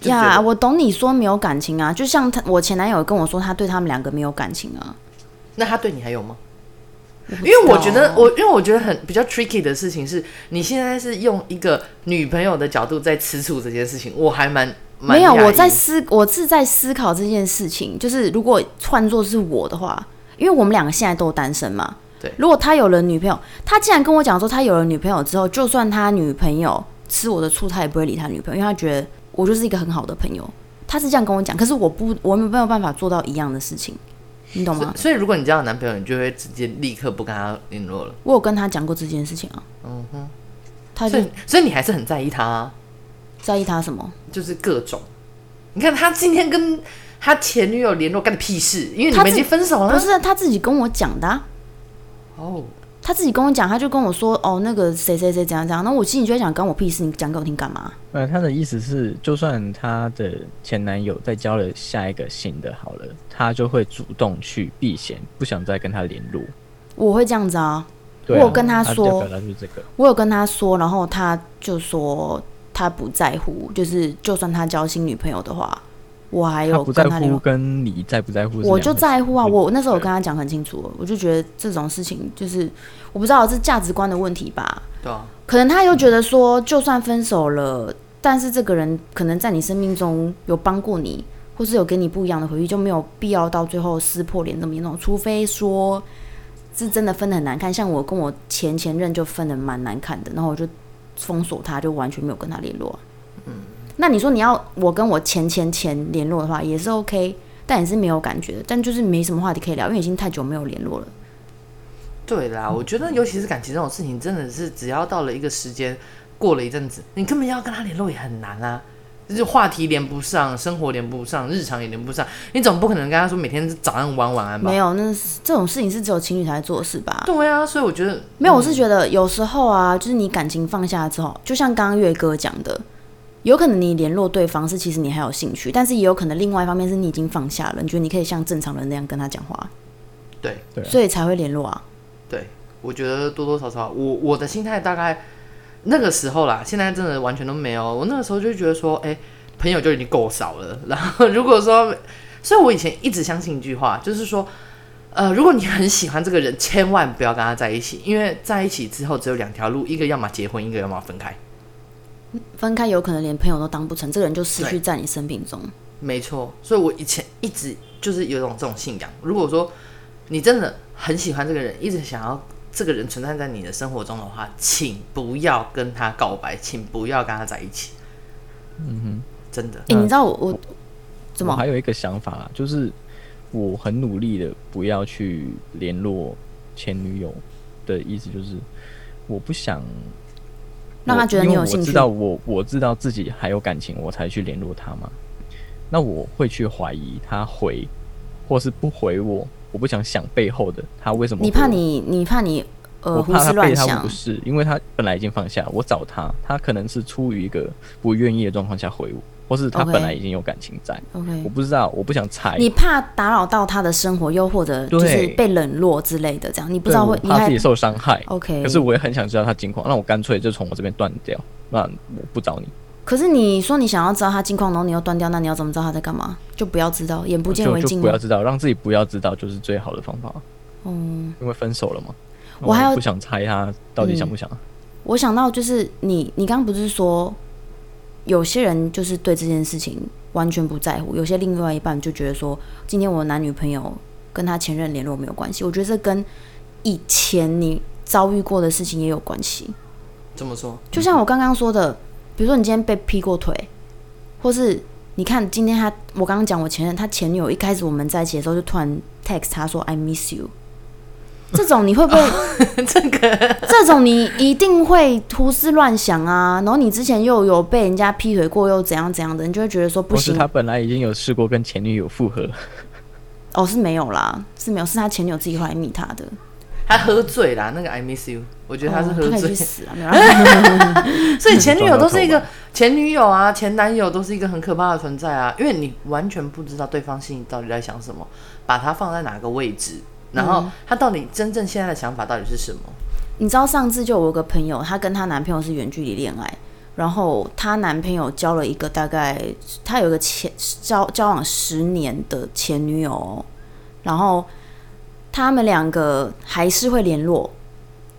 [SPEAKER 2] 就觉
[SPEAKER 1] 呀
[SPEAKER 2] 得
[SPEAKER 1] 我懂你说没有感情啊，就像他我前男友跟我说，他对他们两个没有感情啊。
[SPEAKER 2] 那他对你还有吗？因为我觉得
[SPEAKER 1] 哦
[SPEAKER 2] 我，因为我觉得很比较 tricky 的事情是，你现在是用一个女朋友的角度在吃醋这件事情，我还蛮蛮
[SPEAKER 1] 没有，
[SPEAKER 2] 讶异
[SPEAKER 1] 我在思，我是在思考这件事情。就是如果换作是我的话，因为我们两个现在都单身嘛。
[SPEAKER 2] 对
[SPEAKER 1] 如果他有了女朋友，他既然跟我讲说他有了女朋友之后，就算他女朋友吃我的醋，他也不会理他女朋友，因为他觉得我就是一个很好的朋友。他是这样跟我讲，可是我不，我没有办法做到一样的事情，你懂吗
[SPEAKER 2] 所？所以如果你交了男朋友，你就会直接立刻不跟他联络了。
[SPEAKER 1] 我有跟他讲过这件事情啊。
[SPEAKER 2] 嗯
[SPEAKER 1] 哼，他
[SPEAKER 2] 所
[SPEAKER 1] 就
[SPEAKER 2] 以，所以你还是很在意他啊、
[SPEAKER 1] 在意他什么？
[SPEAKER 2] 就是各种。你看他今天跟他前女友联络干你屁事，因为你
[SPEAKER 1] 他
[SPEAKER 2] 们
[SPEAKER 1] 自
[SPEAKER 2] 已经分手
[SPEAKER 1] 不
[SPEAKER 2] 了。
[SPEAKER 1] 是他自己跟我讲的、啊。
[SPEAKER 2] 哦，
[SPEAKER 1] 他自己跟我讲，他就跟我说，哦，那个谁谁谁怎样怎样。那我心里就在想，关我屁事，你讲给我听干嘛？
[SPEAKER 3] 呃，她的意思是，就算她的前男友再交了下一个新的，好了，她就会主动去避嫌，不想再跟他联络。
[SPEAKER 1] 我会这样子啊，
[SPEAKER 3] 对啊
[SPEAKER 1] 我有跟她
[SPEAKER 3] 她
[SPEAKER 1] 说
[SPEAKER 3] 比较表达就是这个，
[SPEAKER 1] 我有跟他说，然后他就说他不在乎，就是就算他交新女朋友的话，我还
[SPEAKER 3] 她
[SPEAKER 1] 有
[SPEAKER 3] 不在
[SPEAKER 1] 跟他联
[SPEAKER 3] 乎
[SPEAKER 1] 络。
[SPEAKER 3] 跟你在不在乎是
[SPEAKER 1] 我
[SPEAKER 3] 两
[SPEAKER 1] 就
[SPEAKER 3] 回
[SPEAKER 1] 在乎啊！
[SPEAKER 3] 嗯
[SPEAKER 1] 我那时候有跟他讲很清楚，我就觉得这种事情就是我不知道是价值观的问题吧，
[SPEAKER 2] 对啊，
[SPEAKER 1] 可能他又觉得说，就算分手了，但是这个人可能在你生命中有帮过你，或是有给你不一样的回忆，就没有必要到最后撕破脸这么严重，除非说是真的分的很难看。像我跟我前前任就分的蛮难看的，然后我就封锁他，就完全没有跟他联络。嗯，那你说你要我跟我前前前联络的话，也是 OK。但也是没有感觉的，但就是没什么话题可以聊，因为已经太久没有联络了。
[SPEAKER 2] 对啦，我觉得尤其是感情这种事情，真的是只要到了一个时间，过了一阵子，你根本要跟他联络也很难啊。就是话题连不上，生活连不上，日常也连不上，你总不可能跟他说每天早安晚安晚安吧
[SPEAKER 1] 没？有，那是这种事情是只有情侣才会做的事吧？
[SPEAKER 2] 对啊，所以我觉得
[SPEAKER 1] 没有，我
[SPEAKER 3] 嗯
[SPEAKER 1] 是觉得有时候啊，就是你感情放下之后，就像刚刚月哥讲的，有可能你联络对方是其实你还有兴趣，但是也有可能另外一方面是你已经放下了，你觉得你可以像正常人那样跟他讲话，
[SPEAKER 2] 对，
[SPEAKER 3] 对啊
[SPEAKER 1] 所以才会联络啊。
[SPEAKER 2] 对，我觉得多多少少，我我的心态大概那个时候啦，现在真的完全都没有。我那个时候就觉得说，哎、朋友就已经够少了。 然后如果说，所以我以前一直相信一句话，就是说，呃，如果你很喜欢这个人，千万不要跟他在一起，因为在一起之后只有两条路，一个要么结婚，一个要么分开。
[SPEAKER 1] 分开有可能连朋友都当不成，这个人就失去
[SPEAKER 2] 对
[SPEAKER 1] 在你生命中。
[SPEAKER 2] 没错，所以我以前一直就是有一种这种信仰。如果说你真的很喜欢这个人，一直想要这个人存在在你的生活中的话，请不要跟他告白，请不要跟他在一起。嗯哼，真的
[SPEAKER 1] 诶，你知道我我怎
[SPEAKER 3] 我
[SPEAKER 1] 么
[SPEAKER 3] 还有一个想法啊，就是我很努力的不要去联络前女友的意思，就是我不想
[SPEAKER 1] 让他
[SPEAKER 3] 我
[SPEAKER 1] 觉得
[SPEAKER 3] 因
[SPEAKER 1] 你
[SPEAKER 3] 为
[SPEAKER 1] 有
[SPEAKER 3] 我
[SPEAKER 1] 兴
[SPEAKER 3] 知
[SPEAKER 1] 趣？
[SPEAKER 3] 道我我知道自己还有感情，我才去联络他嘛。那我会去怀疑他回或是不回我，我不想想背后的他为什么回
[SPEAKER 1] 你
[SPEAKER 3] 我。
[SPEAKER 1] 怕你你怕你呃
[SPEAKER 3] 我
[SPEAKER 1] 胡
[SPEAKER 3] 怕
[SPEAKER 1] 思
[SPEAKER 3] 他被
[SPEAKER 1] 乱
[SPEAKER 3] 他
[SPEAKER 1] 想
[SPEAKER 3] 无，视，因为他本来已经放下，我找他，他可能是出于一个不愿意的状况下回我，或是他
[SPEAKER 1] OK
[SPEAKER 3] 本来已经有感情在
[SPEAKER 1] OK
[SPEAKER 3] 我不知道，我不想猜。
[SPEAKER 1] 你怕打扰到他的生活，又或者就是
[SPEAKER 3] 对
[SPEAKER 1] 被冷落之类的，这样你不
[SPEAKER 3] 对
[SPEAKER 1] 知道
[SPEAKER 3] 我
[SPEAKER 1] 会你
[SPEAKER 3] 怕自
[SPEAKER 1] 还哦
[SPEAKER 3] 己受伤害。
[SPEAKER 1] OK？
[SPEAKER 3] 可是我也很想知道他近况，那我干脆就从我这边断掉，那我不找你，
[SPEAKER 1] 可是你说你想要知道他近况，然后你又断掉，那你要怎么知道他在干嘛？就不要知道，眼不见
[SPEAKER 3] 就
[SPEAKER 1] 为
[SPEAKER 3] 就
[SPEAKER 1] 净
[SPEAKER 3] 不
[SPEAKER 1] 吗
[SPEAKER 3] 要？知道，让自己不要知道就是最好的方法，
[SPEAKER 1] 嗯，
[SPEAKER 3] 因为分手了嘛。
[SPEAKER 1] 我还要嗯
[SPEAKER 3] 不想猜他到底想不想啊，
[SPEAKER 1] 我想到就是你，你刚刚不是说有些人就是对这件事情完全不在乎，有些另外一半就觉得说，今天我男女朋友跟他前任联络没有关系。我觉得这跟以前你遭遇过的事情也有关系。
[SPEAKER 2] 这么说，
[SPEAKER 1] 就像我刚刚说的，比如说你今天被劈过腿，或是你看今天他，我刚刚讲我前任，他前女友一开始我们在一起的时候就突然 text 他说 I miss you，这种你会 不会？
[SPEAKER 2] 这个
[SPEAKER 1] 这种你一定会胡思乱想啊。然后你之前又有被人家劈腿过，又怎样怎样的，你就会觉得说不
[SPEAKER 3] 或是
[SPEAKER 1] 行，
[SPEAKER 3] 他本来已经有试过跟前女友复合，
[SPEAKER 1] 哦是没有啦，是没有，是他前女友自己后来密他的，
[SPEAKER 2] 他喝醉啦，那个 I miss you，我觉得他是
[SPEAKER 1] 哦
[SPEAKER 2] 喝
[SPEAKER 1] 他可
[SPEAKER 2] 醉
[SPEAKER 1] 以去，死啊！没有啦
[SPEAKER 2] 所以前女友都是一
[SPEAKER 3] 撞
[SPEAKER 2] 个
[SPEAKER 3] 到
[SPEAKER 2] 前女友啊，前男友都是一个很可怕的存在啊，因为你完全不知道对方心里到底在想什么，把他放在哪个位置，然后他到底真正现在的想法到底是什么？
[SPEAKER 1] 你知道上次就有个朋友，她跟她男朋友是远距离恋爱，然后她男朋友交了一个大概，她有一个前交交往十年的前女友哦，然后他们两个还是会联络，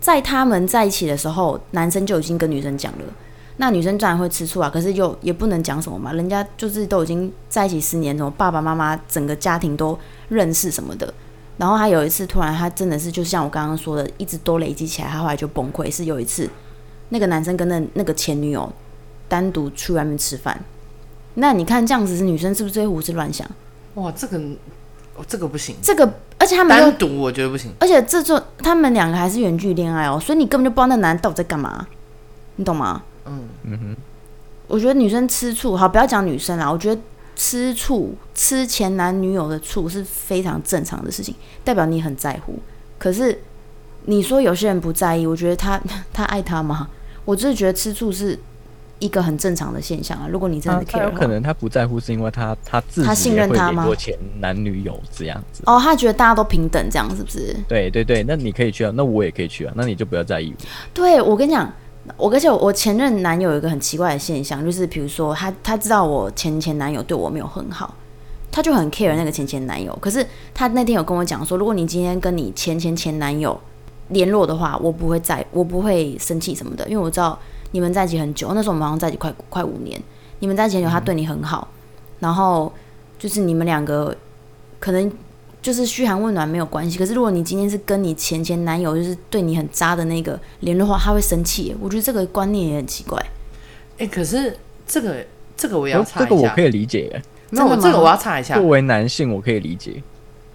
[SPEAKER 1] 在他们在一起的时候，男生就已经跟女生讲了。那女生当然会吃醋啊，可是又也不能讲什么嘛，人家就是都已经在一起十年，什么爸爸妈妈整个家庭都认识什么的，然后他有一次突然，他真的是就像我刚刚说的，一直都累积起来，他后来就崩溃。是有一次，那个男生跟那那个前女友单独去外面吃饭，那你看这样子，女生是不是会胡思乱想？
[SPEAKER 2] 哇，这个哦这个不行，
[SPEAKER 1] 这个，而且他们又
[SPEAKER 2] 单，独我觉得不行。
[SPEAKER 1] 而且这就他们两个还是远距离恋爱哦，所以你根本就不知道那男的到底在干嘛，你懂吗？
[SPEAKER 2] 嗯，
[SPEAKER 3] 嗯哼，
[SPEAKER 1] 我觉得女生吃醋，好，不要讲女生啦，我觉得吃醋吃前男女友的醋是非常正常的事情，代表你很在乎。可是你说有些人不在意，我觉得他他爱他吗？我只是觉得吃醋是一个很正常的现象啊。如果你真
[SPEAKER 3] 他
[SPEAKER 1] 的
[SPEAKER 3] 他
[SPEAKER 1] care，
[SPEAKER 3] 有
[SPEAKER 1] 的话
[SPEAKER 3] 可能他不在乎，是因为他他自
[SPEAKER 1] 他
[SPEAKER 3] 己
[SPEAKER 1] 信
[SPEAKER 3] 也
[SPEAKER 1] 任
[SPEAKER 3] 会
[SPEAKER 1] 他
[SPEAKER 3] 联
[SPEAKER 1] 吗
[SPEAKER 3] 络前男女友这样子。
[SPEAKER 1] 哦，他觉得大家都平等，这样是不是？
[SPEAKER 3] 对对对，那你可以去啊，那我也可以去啊，那你就不要在意我。
[SPEAKER 1] 对我跟你讲，我而且我前任男友有一个很奇怪的现象，就是比如说他他知道我前前男友对我没有很好，他就很 care 那个前前男友。可是他那天有跟我讲说，如果你今天跟你前前前男友联络的话，我不会在我不会生气什么的，因为我知道你们在一起很久，那时候我们好像在一起快快五年，你们在一起很久，他对你很好，然后就是你们两个可能就是嘘寒问暖没有关系，可是如果你今天是跟你前前男友就是对你很渣的那个联络的话，他会生气耶。我觉得这个观念也很奇怪。
[SPEAKER 2] 哎、可是这个这个我也要
[SPEAKER 3] 哦
[SPEAKER 2] 查
[SPEAKER 3] 这
[SPEAKER 2] 一下，啊
[SPEAKER 3] 个我可以理解耶，
[SPEAKER 2] 那我
[SPEAKER 1] 真的吗
[SPEAKER 2] 这个我要查一下
[SPEAKER 3] 作，为男性我可以理解，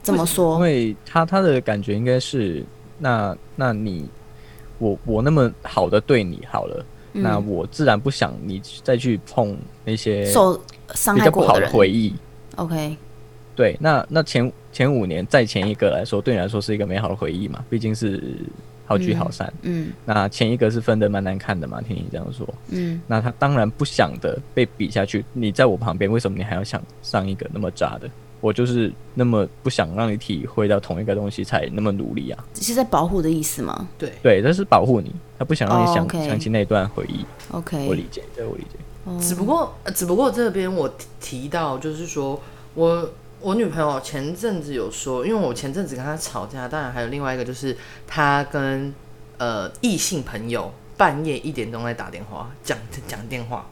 [SPEAKER 1] 怎么
[SPEAKER 3] 因
[SPEAKER 1] 说？
[SPEAKER 3] 为他他的感觉应该是，那那你我我那么好的对你好了，
[SPEAKER 1] 嗯
[SPEAKER 3] 那我自然不想你再去碰那些
[SPEAKER 1] 受伤
[SPEAKER 3] 比
[SPEAKER 1] 害
[SPEAKER 3] 较不
[SPEAKER 1] 过
[SPEAKER 3] 好
[SPEAKER 1] 的
[SPEAKER 3] 的
[SPEAKER 1] 人。
[SPEAKER 3] 回忆。
[SPEAKER 1] OK，
[SPEAKER 3] 对，那那前前五年再前一个来说，对你来说是一个美好的回忆嘛，毕竟是好聚好散。
[SPEAKER 1] 嗯
[SPEAKER 3] 那前一个是分的蛮难看的嘛，听你这样说，
[SPEAKER 1] 嗯，
[SPEAKER 3] 那他当然不想的被比下去。你在我旁边，为什么你还要想上一个那么渣的？我就是那么不想让你体会到同一个东西，才那么努力啊。
[SPEAKER 1] 是在保护的意思吗
[SPEAKER 2] 对，
[SPEAKER 3] 对，这是保护你，他不想让你
[SPEAKER 1] 哦
[SPEAKER 3] 想、
[SPEAKER 1] ，OK
[SPEAKER 3] 想起那段回忆。我
[SPEAKER 1] ？OK，
[SPEAKER 3] 理解，这我理解。
[SPEAKER 2] 只不过，呃只不过这边我提提到，就是说我我女朋友前阵子有说，因为我前阵子跟她吵架，当然还有另外一个就是她跟呃异性朋友半夜一点钟在打电话讲讲电话，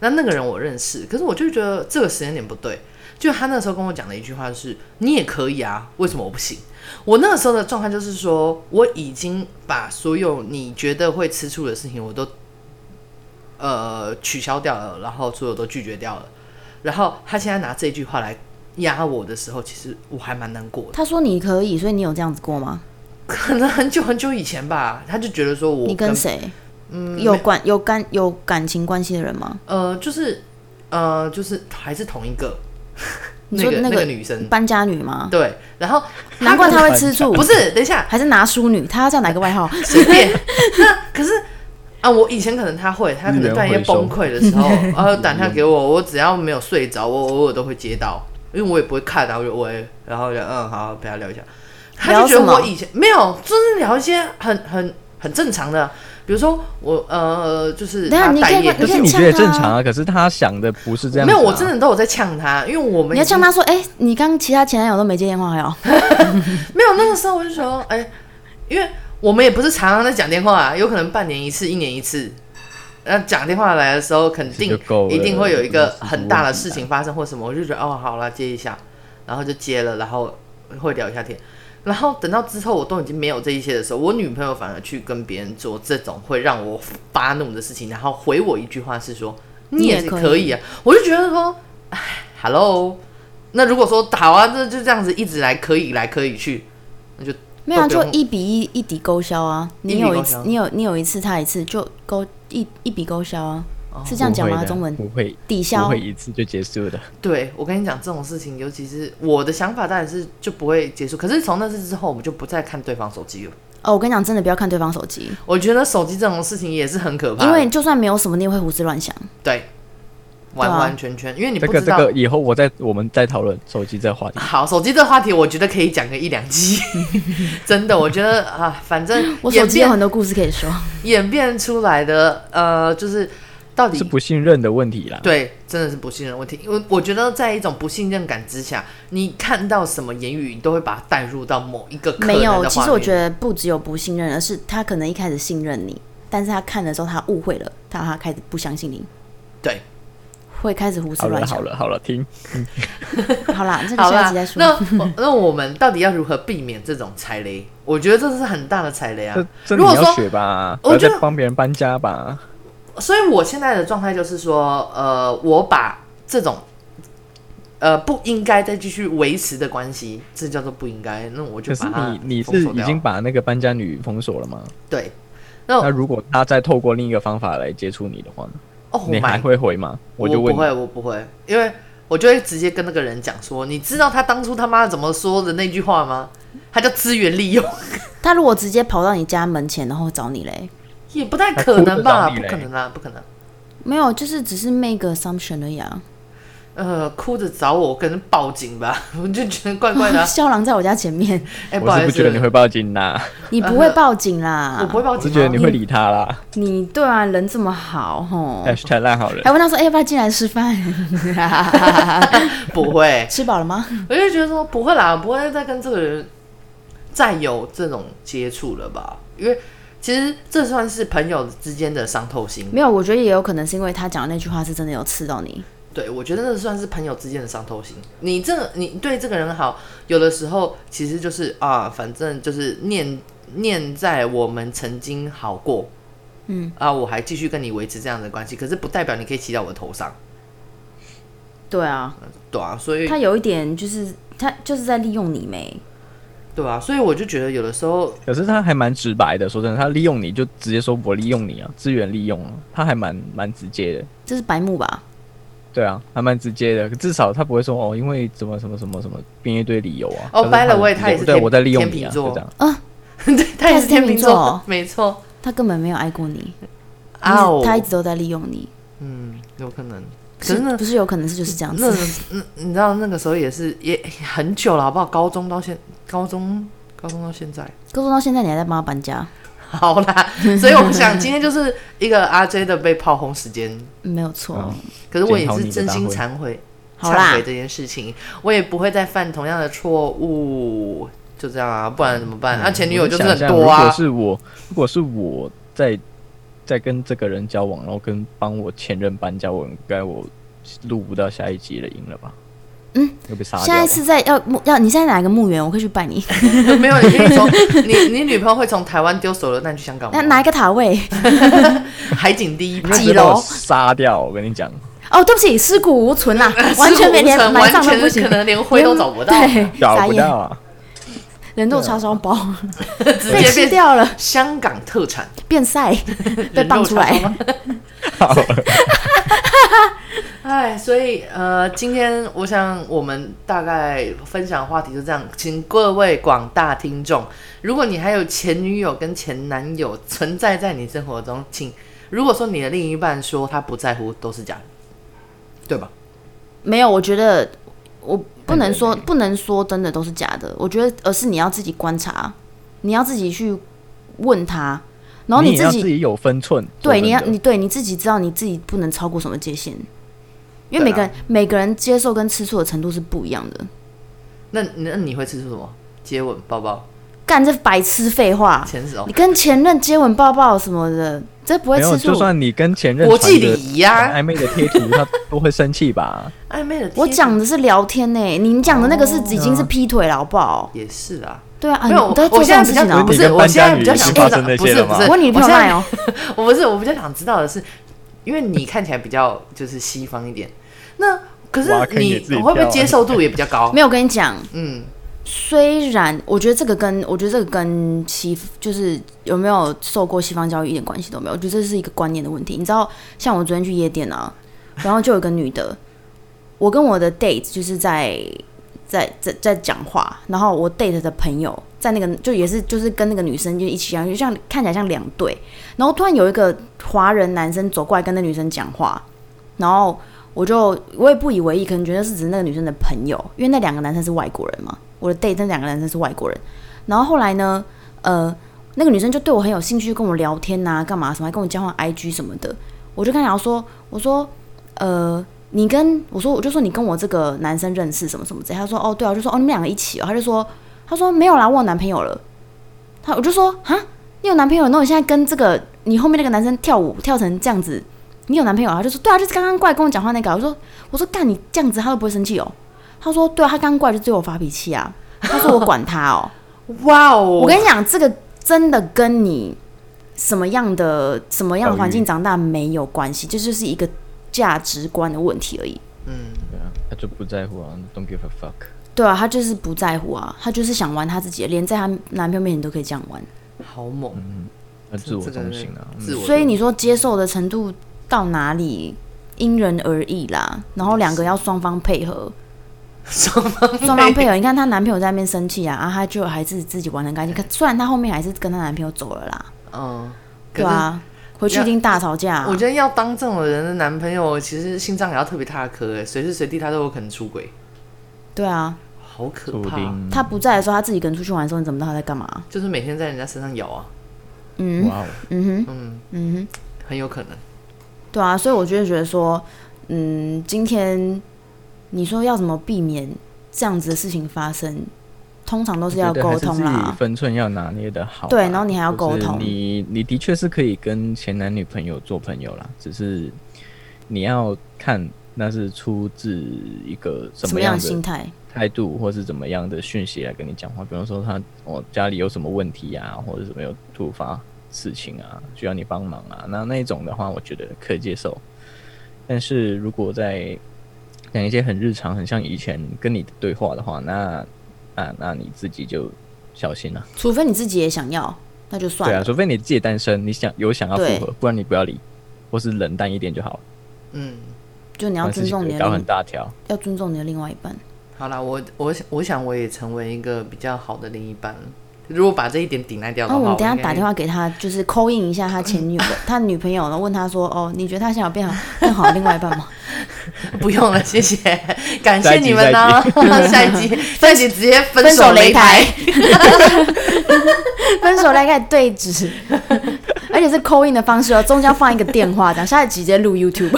[SPEAKER 2] 那那个人我认识，可是我就觉得这个时间点不对。就她那时候跟我讲的一句话就是：“你也可以啊，为什么我不行？”我那个时候的状态就是说，我已经把所有你觉得会吃醋的事情，我都呃取消掉了，然后所有都拒绝掉了。然后他现在拿这句话来压我的时候，其实我还蛮难过的。
[SPEAKER 1] 他说你可以，所以你有这样子过吗？
[SPEAKER 2] 可能很久很久以前吧，他就觉得说我
[SPEAKER 1] 你跟谁？
[SPEAKER 3] 嗯
[SPEAKER 1] 有关有感有感情关系的人吗？
[SPEAKER 2] 呃就是呃就是还是同一个
[SPEAKER 1] 你
[SPEAKER 2] 那
[SPEAKER 1] 说
[SPEAKER 2] 个
[SPEAKER 1] 那
[SPEAKER 2] 那
[SPEAKER 1] 个
[SPEAKER 2] 个女生
[SPEAKER 1] 搬家女吗？
[SPEAKER 2] 对，然后
[SPEAKER 1] 难怪他会吃醋
[SPEAKER 2] 不，是等一下
[SPEAKER 1] 还是拿淑女？他要叫哪个外 号？
[SPEAKER 2] 随便。 那可是啊，我以前可能他会，他可能半夜崩溃 的时候，呃，打电话给我，我只要没有睡着，我偶尔都会接到，因为我也不会看到，我就喂，然后就嗯，好，陪他聊一下。他就觉
[SPEAKER 1] 聊什
[SPEAKER 2] 得
[SPEAKER 1] 么
[SPEAKER 2] 我以前没有，就是聊一些很很很正常的，比如说我呃，就是
[SPEAKER 1] 等一下
[SPEAKER 2] 他
[SPEAKER 1] 你可
[SPEAKER 2] 半
[SPEAKER 1] 以
[SPEAKER 2] 夜
[SPEAKER 1] 问
[SPEAKER 2] 就
[SPEAKER 3] 可
[SPEAKER 1] 你可
[SPEAKER 3] 是
[SPEAKER 1] 以
[SPEAKER 2] 是
[SPEAKER 3] 你
[SPEAKER 1] 呛
[SPEAKER 3] 觉得
[SPEAKER 1] 他
[SPEAKER 3] 正
[SPEAKER 1] 啊
[SPEAKER 3] 常啊，可是他想的不是这样、啊。
[SPEAKER 2] 没有，我真的都有在呛他，因为我们
[SPEAKER 1] 你要
[SPEAKER 2] 已经
[SPEAKER 1] 呛他说，哎、你刚其他前男友都没接电话哟。
[SPEAKER 2] 没有，那个时候我就说，哎、因为我们也不是常常在讲电话、啊有可能半年一次、一年一次。那讲电话来的时候，肯
[SPEAKER 3] 就
[SPEAKER 2] 定
[SPEAKER 3] 够了
[SPEAKER 2] 一定会有一个很大的
[SPEAKER 3] 这是
[SPEAKER 2] 事情发生或什么，我就觉得哦，好啦，接一下，然后就接了，然后会聊一下天。然后等到之后我都已经没有这一些的时候，我女朋友反而去跟别人做这种会让我发怒的事情，然后回我一句话是说
[SPEAKER 1] 你
[SPEAKER 2] 你
[SPEAKER 1] 也
[SPEAKER 2] 也是
[SPEAKER 1] 可以
[SPEAKER 2] 可以啊，我就觉得说，哎，hello，那如果说好啊，那就这样子一直来可以来可以去，那就
[SPEAKER 1] 没有啊，
[SPEAKER 2] 都
[SPEAKER 1] 就
[SPEAKER 2] 不用
[SPEAKER 1] 一比一一底勾销啊！
[SPEAKER 2] 一
[SPEAKER 1] 你
[SPEAKER 2] 比
[SPEAKER 1] 有一
[SPEAKER 2] 勾
[SPEAKER 1] 次
[SPEAKER 2] 销，
[SPEAKER 1] 你有你有一次，他一次就勾一一笔勾销啊，
[SPEAKER 2] 哦
[SPEAKER 1] 是这样讲
[SPEAKER 3] 不会
[SPEAKER 1] 吗？
[SPEAKER 3] 的
[SPEAKER 1] 中文
[SPEAKER 3] 不会，
[SPEAKER 1] 抵
[SPEAKER 3] 不
[SPEAKER 1] 消
[SPEAKER 3] 会一次就结束的。
[SPEAKER 2] 对我跟你讲这种事情，尤其是我的想法当然是就不会结束，可是从那次之后，我们就不再看对方手机了。
[SPEAKER 1] 哦。我跟你讲，真的不要看对方手机，
[SPEAKER 2] 我觉得手机这种事情也是很可怕的，
[SPEAKER 1] 因为就啊算没有什么，你也会胡思乱想。
[SPEAKER 2] 对，完完全全，因为你
[SPEAKER 3] 这
[SPEAKER 2] 不
[SPEAKER 3] 个
[SPEAKER 2] 知
[SPEAKER 3] 这
[SPEAKER 2] 道。
[SPEAKER 3] 个以后我再我们再讨论手机这个话题。
[SPEAKER 2] 好，手机这个话题，我觉得可以讲个一两 集，真的，我觉得啊，反正
[SPEAKER 1] 我手
[SPEAKER 2] 演
[SPEAKER 1] 机有
[SPEAKER 2] 变
[SPEAKER 1] 很多故事可以说，
[SPEAKER 2] 演变出来的，呃，就是到底
[SPEAKER 3] 是不信任的问题啦。
[SPEAKER 2] 对，真的是不信任问题。我我觉得在一种不信任感之下，你看到什么言语，你都会把它带入到某一个 可能
[SPEAKER 1] 没
[SPEAKER 2] 的
[SPEAKER 1] 有。其
[SPEAKER 2] 画
[SPEAKER 1] 实我
[SPEAKER 2] 面
[SPEAKER 1] 觉得不只有不信任，而是他可能一开始信任你，但是他看的时候他误会了，他他开始不相信你，
[SPEAKER 2] 对。
[SPEAKER 1] 会开始胡思
[SPEAKER 3] 好
[SPEAKER 1] 乱
[SPEAKER 3] 了
[SPEAKER 1] 想
[SPEAKER 3] 好。了好了，听
[SPEAKER 1] 好啦，这个
[SPEAKER 2] 好
[SPEAKER 1] 下一
[SPEAKER 2] 啦
[SPEAKER 1] 集再，说。
[SPEAKER 2] 那我 那我们到底要如何避免这种踩雷？我觉得这是很大的踩雷啊
[SPEAKER 3] 这。这你
[SPEAKER 2] 如果
[SPEAKER 3] 要
[SPEAKER 2] 说
[SPEAKER 3] 学吧，
[SPEAKER 2] 我
[SPEAKER 3] 不要再
[SPEAKER 2] 觉得
[SPEAKER 3] 帮别人搬家吧。
[SPEAKER 2] 所以我现在的状态就是说，呃，我把这种呃不应该再继续维持的关系，这叫做不应该，那我
[SPEAKER 3] 可
[SPEAKER 2] 就是把它
[SPEAKER 3] 你你
[SPEAKER 2] 封
[SPEAKER 3] 是
[SPEAKER 2] 锁
[SPEAKER 3] 已
[SPEAKER 2] 掉
[SPEAKER 3] 经把那个搬家女封锁了吗？
[SPEAKER 2] 对
[SPEAKER 3] 那
[SPEAKER 2] 那
[SPEAKER 3] 如果她再透过另一个方法来接触你的话呢？
[SPEAKER 2] 哦，
[SPEAKER 3] 你还
[SPEAKER 2] my
[SPEAKER 3] 会回吗？
[SPEAKER 2] 我
[SPEAKER 3] 就问
[SPEAKER 2] 不
[SPEAKER 3] 你，
[SPEAKER 2] 会，我不会，因为我就会直接跟那个人讲说，你知道他当初他妈怎么说的那句话吗？他叫资源利用，
[SPEAKER 1] 他如果直接跑到你家门前，然后找你嘞，
[SPEAKER 2] 也不太可能
[SPEAKER 3] 他
[SPEAKER 2] 吧？
[SPEAKER 3] 哭着找你
[SPEAKER 2] 不
[SPEAKER 3] 嘞
[SPEAKER 2] 可能啦，不可能。啊
[SPEAKER 1] 没有，就是只是 make a assumption 而已啊。。
[SPEAKER 2] 呃，哭着找我，我可能报警吧， 我就觉得怪怪的啊
[SPEAKER 1] 肖郎在我家前面，
[SPEAKER 2] 哎，不
[SPEAKER 3] 我
[SPEAKER 2] 好
[SPEAKER 3] 是
[SPEAKER 2] 意
[SPEAKER 3] 不
[SPEAKER 2] 思
[SPEAKER 3] 觉得，你会报警啦，
[SPEAKER 1] 你不会报警啦？
[SPEAKER 2] 我不会报
[SPEAKER 3] 我是
[SPEAKER 2] 警
[SPEAKER 3] 觉得你
[SPEAKER 2] 啊。
[SPEAKER 3] 会理他啦。
[SPEAKER 1] 你对啊，人这么好
[SPEAKER 2] 哦
[SPEAKER 1] 吼，
[SPEAKER 3] #hashtag 烂好人
[SPEAKER 1] 还问他说：“哎、要不要进来吃饭？，
[SPEAKER 2] 不会
[SPEAKER 1] 吃饱了吗
[SPEAKER 2] 我就觉得说不会啦，不会再跟这个人再有这种接触了吧？因为其实这算是朋友之间的伤透心？”。
[SPEAKER 1] 没有，我觉得也有可能是因为他讲的那句话是真的有刺到你。
[SPEAKER 2] 对，我觉得那算是朋友之间的伤透心。你这个，你对这个人好，有的时候其实就是啊，反正就是念念在我们曾经好过，
[SPEAKER 1] 嗯
[SPEAKER 2] 啊，我还继续跟你维持这样的关系，可是不代表你可以骑到我的头上，
[SPEAKER 1] 对啊，
[SPEAKER 2] 对啊，所以
[SPEAKER 1] 他有一点就是他就是在利用你没。
[SPEAKER 2] 对啊，所以我就觉得有的时候
[SPEAKER 3] 可是他还蛮直白的，说真的，他利用你就直接说我利用你啊，资源利用啊，他还蛮蛮直接的。
[SPEAKER 1] 这是白目吧？
[SPEAKER 3] 对啊，还蛮直接的，至少他不会说哦，因为怎么什么什么什么编一堆理由啊。
[SPEAKER 2] 哦
[SPEAKER 3] 他是
[SPEAKER 2] by the way，
[SPEAKER 3] 很
[SPEAKER 2] 他
[SPEAKER 3] 直接
[SPEAKER 2] 也是
[SPEAKER 3] 对
[SPEAKER 2] 天
[SPEAKER 3] 我在利用
[SPEAKER 2] 天
[SPEAKER 3] 你
[SPEAKER 2] 秤
[SPEAKER 3] 啊，
[SPEAKER 2] 座
[SPEAKER 3] 就这样。
[SPEAKER 2] 对他也是天秤
[SPEAKER 1] 他也是天秤座哦
[SPEAKER 2] 没错，
[SPEAKER 1] 他根本没有爱过你，
[SPEAKER 2] 啊哦
[SPEAKER 1] 他一直都在利用你。
[SPEAKER 2] 嗯，有可能。可
[SPEAKER 1] 是
[SPEAKER 2] 是那
[SPEAKER 1] 不是有可能是就是这样
[SPEAKER 2] 那
[SPEAKER 1] 子？
[SPEAKER 2] 那你知道那个时候也是也很久了，好不好？高中到现高中高中到现在。
[SPEAKER 1] 高中到现在你还在帮他搬家，
[SPEAKER 2] 好啦，所以我想今天就是一个阿 J 的被炮轰时间，
[SPEAKER 1] 没有错。
[SPEAKER 3] 嗯
[SPEAKER 2] 可是我也是真心忏悔，
[SPEAKER 1] 好
[SPEAKER 2] 忏
[SPEAKER 1] 啦
[SPEAKER 2] 悔，这件事情，我也不会再犯同样的错误，就这样啊，不然怎么办？那、前女友就是很多
[SPEAKER 3] 我
[SPEAKER 2] 啊，
[SPEAKER 3] 就想象如果是我，如果是我在在跟这个人交往，然后跟帮我前任搬家，我应该我录不到下一集了，赢了吧？
[SPEAKER 1] 嗯，
[SPEAKER 3] 又被杀掉
[SPEAKER 1] 下
[SPEAKER 3] 了
[SPEAKER 1] 一。次再要墓要你现在哪一个墓园，我可以去拜你。
[SPEAKER 2] 没有，你可以从你你女朋友会从台湾丢手榴弹去香港
[SPEAKER 1] 那
[SPEAKER 2] 吗？
[SPEAKER 1] 哪一个塔位？
[SPEAKER 2] 海景第一排
[SPEAKER 3] 那直接把我杀掉！我跟你讲，
[SPEAKER 1] 哦，对不起，尸骨无存啦，啊完全没连
[SPEAKER 2] 呃尸骨无存
[SPEAKER 1] 埋
[SPEAKER 2] 完
[SPEAKER 1] 葬都
[SPEAKER 2] 全
[SPEAKER 1] 不行
[SPEAKER 2] 可，能连灰都找不到，啊
[SPEAKER 1] 对，
[SPEAKER 3] 找
[SPEAKER 1] 傻
[SPEAKER 3] 不
[SPEAKER 1] 眼
[SPEAKER 3] 到啊！
[SPEAKER 1] 人肉叉烧包
[SPEAKER 2] 直
[SPEAKER 1] 被吃
[SPEAKER 2] 接变
[SPEAKER 1] 掉了，
[SPEAKER 2] 香港特产，
[SPEAKER 1] 变 晒，被放出
[SPEAKER 2] 人肉叉烧
[SPEAKER 1] 来
[SPEAKER 2] 包。哎，所以呃，今天我想我们大概分享的话题就这样，请各位广大听众，如果你还有前女友跟前男友存在在你生活中，请如果说你的另一半说他不在乎，都是假的，对吧？
[SPEAKER 1] 没有，我觉得我不能说
[SPEAKER 3] 对对对
[SPEAKER 1] 不能说真的都是假的，我觉得而是你要自己观察，你要自己去问他，然后
[SPEAKER 3] 你
[SPEAKER 1] 你
[SPEAKER 3] 也要
[SPEAKER 1] 自
[SPEAKER 3] 自
[SPEAKER 1] 己
[SPEAKER 3] 己有分寸。
[SPEAKER 1] 对，
[SPEAKER 3] 说真的
[SPEAKER 1] 你要你对你自己知道你自己不能超过什么界限，因为每
[SPEAKER 2] 对啊
[SPEAKER 1] 个人、每个人接受跟吃醋的程度是不一样的。
[SPEAKER 2] 那那你会吃出什么？接吻、抱抱、
[SPEAKER 1] 干这白痴废话，
[SPEAKER 2] 牵手
[SPEAKER 1] 你，跟前任接吻抱抱什么的，这不会
[SPEAKER 3] 没有，
[SPEAKER 1] 吃
[SPEAKER 3] 就
[SPEAKER 1] 醋。
[SPEAKER 3] 算你跟前任
[SPEAKER 2] 国际
[SPEAKER 3] 传
[SPEAKER 2] 礼
[SPEAKER 3] 个
[SPEAKER 2] 仪
[SPEAKER 1] 啊
[SPEAKER 2] 呀、
[SPEAKER 3] 暧昧的 贴图，他都会生气吧？
[SPEAKER 2] 暧昧的贴纸。
[SPEAKER 1] 我讲的是聊天呢、你讲的那个是已经是劈腿了，好不好？
[SPEAKER 2] 也是啊，
[SPEAKER 1] 对啊，啊
[SPEAKER 2] 没有，
[SPEAKER 1] 你都在
[SPEAKER 2] 我
[SPEAKER 1] 做
[SPEAKER 2] 我
[SPEAKER 1] 这
[SPEAKER 2] 现
[SPEAKER 1] 种事
[SPEAKER 2] 在比较
[SPEAKER 1] 情啊
[SPEAKER 2] 不
[SPEAKER 3] 不是
[SPEAKER 2] 是，我
[SPEAKER 3] 搬
[SPEAKER 2] 现在
[SPEAKER 3] 家
[SPEAKER 2] 比
[SPEAKER 3] 女
[SPEAKER 2] 较
[SPEAKER 3] 已
[SPEAKER 2] 想
[SPEAKER 3] 经发
[SPEAKER 2] 知道，
[SPEAKER 3] 生那
[SPEAKER 2] 不
[SPEAKER 3] 些
[SPEAKER 2] 是
[SPEAKER 3] 了
[SPEAKER 2] 不
[SPEAKER 3] 吗
[SPEAKER 2] 是，
[SPEAKER 1] 我问你
[SPEAKER 2] 我
[SPEAKER 1] 朋友
[SPEAKER 2] 现在
[SPEAKER 1] 赖哦，
[SPEAKER 2] 我不是，我比较想知道的是，因为你看起来比较就是西方一点，那可是
[SPEAKER 3] 挖坑
[SPEAKER 2] 你
[SPEAKER 3] 给自己
[SPEAKER 2] 会不会
[SPEAKER 3] 跳啊
[SPEAKER 2] 接受度也比较高？
[SPEAKER 1] 没有我跟你讲，
[SPEAKER 2] 嗯，
[SPEAKER 1] 虽然我觉得这个跟我觉得这个跟西就是有没有受过西方教育一点关系都没有，我觉得这是一个观念的问题。你知道，像我昨天去夜店啊，然后就有一个女的，我跟我的 date 就是在在在在讲话，然后我 date 的朋友在那个就也是就是跟那个女生就一起啊，就像看起来像两对，然后突然有一个华人男生走过来跟那女生讲话，然后我就我也不以为意，可能觉得是指那个女生的朋友，因为那两个男生是外国人嘛，我的 date 那两个男生是外国人。然后后来呢，呃，那个女生就对我很有兴趣，就跟我聊天呐、干嘛什么，还跟我交换 IG 什么的。我就跟她讲说，我说，呃，你跟我说，我就说你跟我这个男生认识什么什么之类。她说，哦，对啊，我就说，哦，你们两个一起哦。她就说，她说没有啦，我有男朋友了。她我就说，哈，你有男朋友？那你现在跟这个你后面那个男生跳舞跳成这样子，你有男朋友啊？他就说对啊，就是刚刚过来跟我讲话那个啊。我说我说干你这样子，他都不会生气哦。他说对啊，他刚刚过来就对我发脾气啊。他说我管他哦。
[SPEAKER 2] 哇哦，
[SPEAKER 1] 我跟你讲，这个真的跟你什么样的什么样的环境长大没有关系，这就是一个价值观的问题而已。
[SPEAKER 3] 对啊，他就不在乎啊，Don't give a fuck。
[SPEAKER 1] 对啊，他就是不在乎啊，他就是想玩他自己的，连在她男朋友面前都可以这样玩。
[SPEAKER 2] 好猛，
[SPEAKER 3] 嗯 他自我中心啊，
[SPEAKER 2] 自我
[SPEAKER 1] 所以你说接受的程度到哪里，因人而异啦。然后两个要双方配合，
[SPEAKER 2] 双方
[SPEAKER 1] 双方配合，你看她男朋友在那边生气啊，啊，她就还是自己玩的干净。可虽然她后面还是跟她男朋友走了啦，
[SPEAKER 2] 嗯，
[SPEAKER 1] 对
[SPEAKER 2] 可是
[SPEAKER 1] 啊，回去一定大吵架啊、
[SPEAKER 2] 我觉得要当这种人的男朋友，其实心脏也要特别大颗，哎，随时随地他都有可能出轨，
[SPEAKER 1] 对啊，
[SPEAKER 2] 好可
[SPEAKER 3] 说不
[SPEAKER 2] 怕，
[SPEAKER 3] 定
[SPEAKER 1] 她不在的时候，她自己一个人出去玩的时候，你怎么知道她在干嘛？
[SPEAKER 2] 就是每天在人家身上咬啊，
[SPEAKER 1] 嗯
[SPEAKER 3] 哇哦，
[SPEAKER 1] 嗯哼，
[SPEAKER 2] 嗯，
[SPEAKER 1] 嗯哼。
[SPEAKER 2] 很有可能。
[SPEAKER 1] 对啊，所以我就会觉得说，嗯，今天你说要怎么避免这样子的事情发生，通常都是要
[SPEAKER 3] 我觉得还
[SPEAKER 1] 沟
[SPEAKER 3] 是
[SPEAKER 1] 通
[SPEAKER 3] 自己
[SPEAKER 1] 啦。
[SPEAKER 3] 分寸要拿捏的好啦。啊
[SPEAKER 1] 对然后你还要沟通
[SPEAKER 3] 就是你你的确是可以跟前男女朋友做朋友啦，只是你要看那是出自一个什
[SPEAKER 1] 么
[SPEAKER 3] 么
[SPEAKER 1] 样
[SPEAKER 3] 样
[SPEAKER 1] 的
[SPEAKER 3] 的
[SPEAKER 1] 心态？
[SPEAKER 3] 态度，或是怎么样的讯息来跟你讲话。比方说他哦家里有什么问题啊，或者什么有突发事情啊，需要你帮忙啊，那那一种的话，我觉得可以接受。但是如果在讲一些很日常、很像以前跟你的对话的话，那那那你自己就小心了、
[SPEAKER 1] 除非你自己也想要，那就算
[SPEAKER 3] 对
[SPEAKER 1] 了。
[SPEAKER 3] 啊，除非你自己单身，你想有想要复
[SPEAKER 1] 对
[SPEAKER 3] 合，不然你不要理，或是冷淡一点就好了。
[SPEAKER 2] 嗯，
[SPEAKER 1] 就你要
[SPEAKER 3] 把自
[SPEAKER 1] 尊
[SPEAKER 3] 己
[SPEAKER 1] 重你
[SPEAKER 3] 搞
[SPEAKER 1] 的
[SPEAKER 3] 很
[SPEAKER 1] 另，
[SPEAKER 3] 大条，
[SPEAKER 1] 要尊重你的另外一半。
[SPEAKER 2] 好啦，我我想我想我也成为一个比较好的另一半了。如果把这一点抵赖掉的
[SPEAKER 1] 那哦
[SPEAKER 2] 话，
[SPEAKER 1] 我们等一下
[SPEAKER 2] 应该
[SPEAKER 1] 打电话给他，就是扣印一下他前女友 的他女朋友，然后问他说：“哦，你觉得他现在有变好更好的另外一 半吗
[SPEAKER 2] 不用了，谢谢，感
[SPEAKER 3] 下
[SPEAKER 2] 谢
[SPEAKER 3] 一集
[SPEAKER 2] 你们呢。下一集，下一集直接？”分
[SPEAKER 1] 手擂
[SPEAKER 2] 擂台，，
[SPEAKER 1] 分手擂台对峙， 而且是扣印的方式哦，中间放一个电话，这样下一集直接录 YouTube。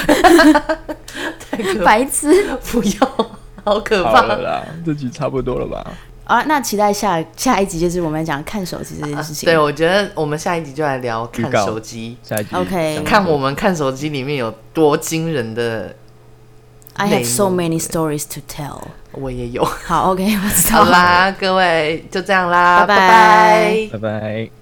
[SPEAKER 1] 白痴
[SPEAKER 2] 不用，好可
[SPEAKER 3] 好
[SPEAKER 2] 怕
[SPEAKER 3] 了。啦，这集差不多了吧？
[SPEAKER 1] 啊！那期待下下一集就是我们讲看手机这件事情。
[SPEAKER 2] 对，我觉得我们下一集就来聊看
[SPEAKER 3] 预告
[SPEAKER 2] 手机，
[SPEAKER 3] 下一集
[SPEAKER 1] OK
[SPEAKER 3] 讲
[SPEAKER 2] 看我们看手机里面有多惊人的，
[SPEAKER 1] I have so
[SPEAKER 2] 内
[SPEAKER 1] many
[SPEAKER 2] 幕
[SPEAKER 1] stories to tell。
[SPEAKER 2] 我也有。
[SPEAKER 1] 好，OK，我知道
[SPEAKER 2] 好
[SPEAKER 1] 了。
[SPEAKER 2] 啦，各位就这样啦，
[SPEAKER 1] 拜拜
[SPEAKER 2] 拜拜
[SPEAKER 3] 拜拜。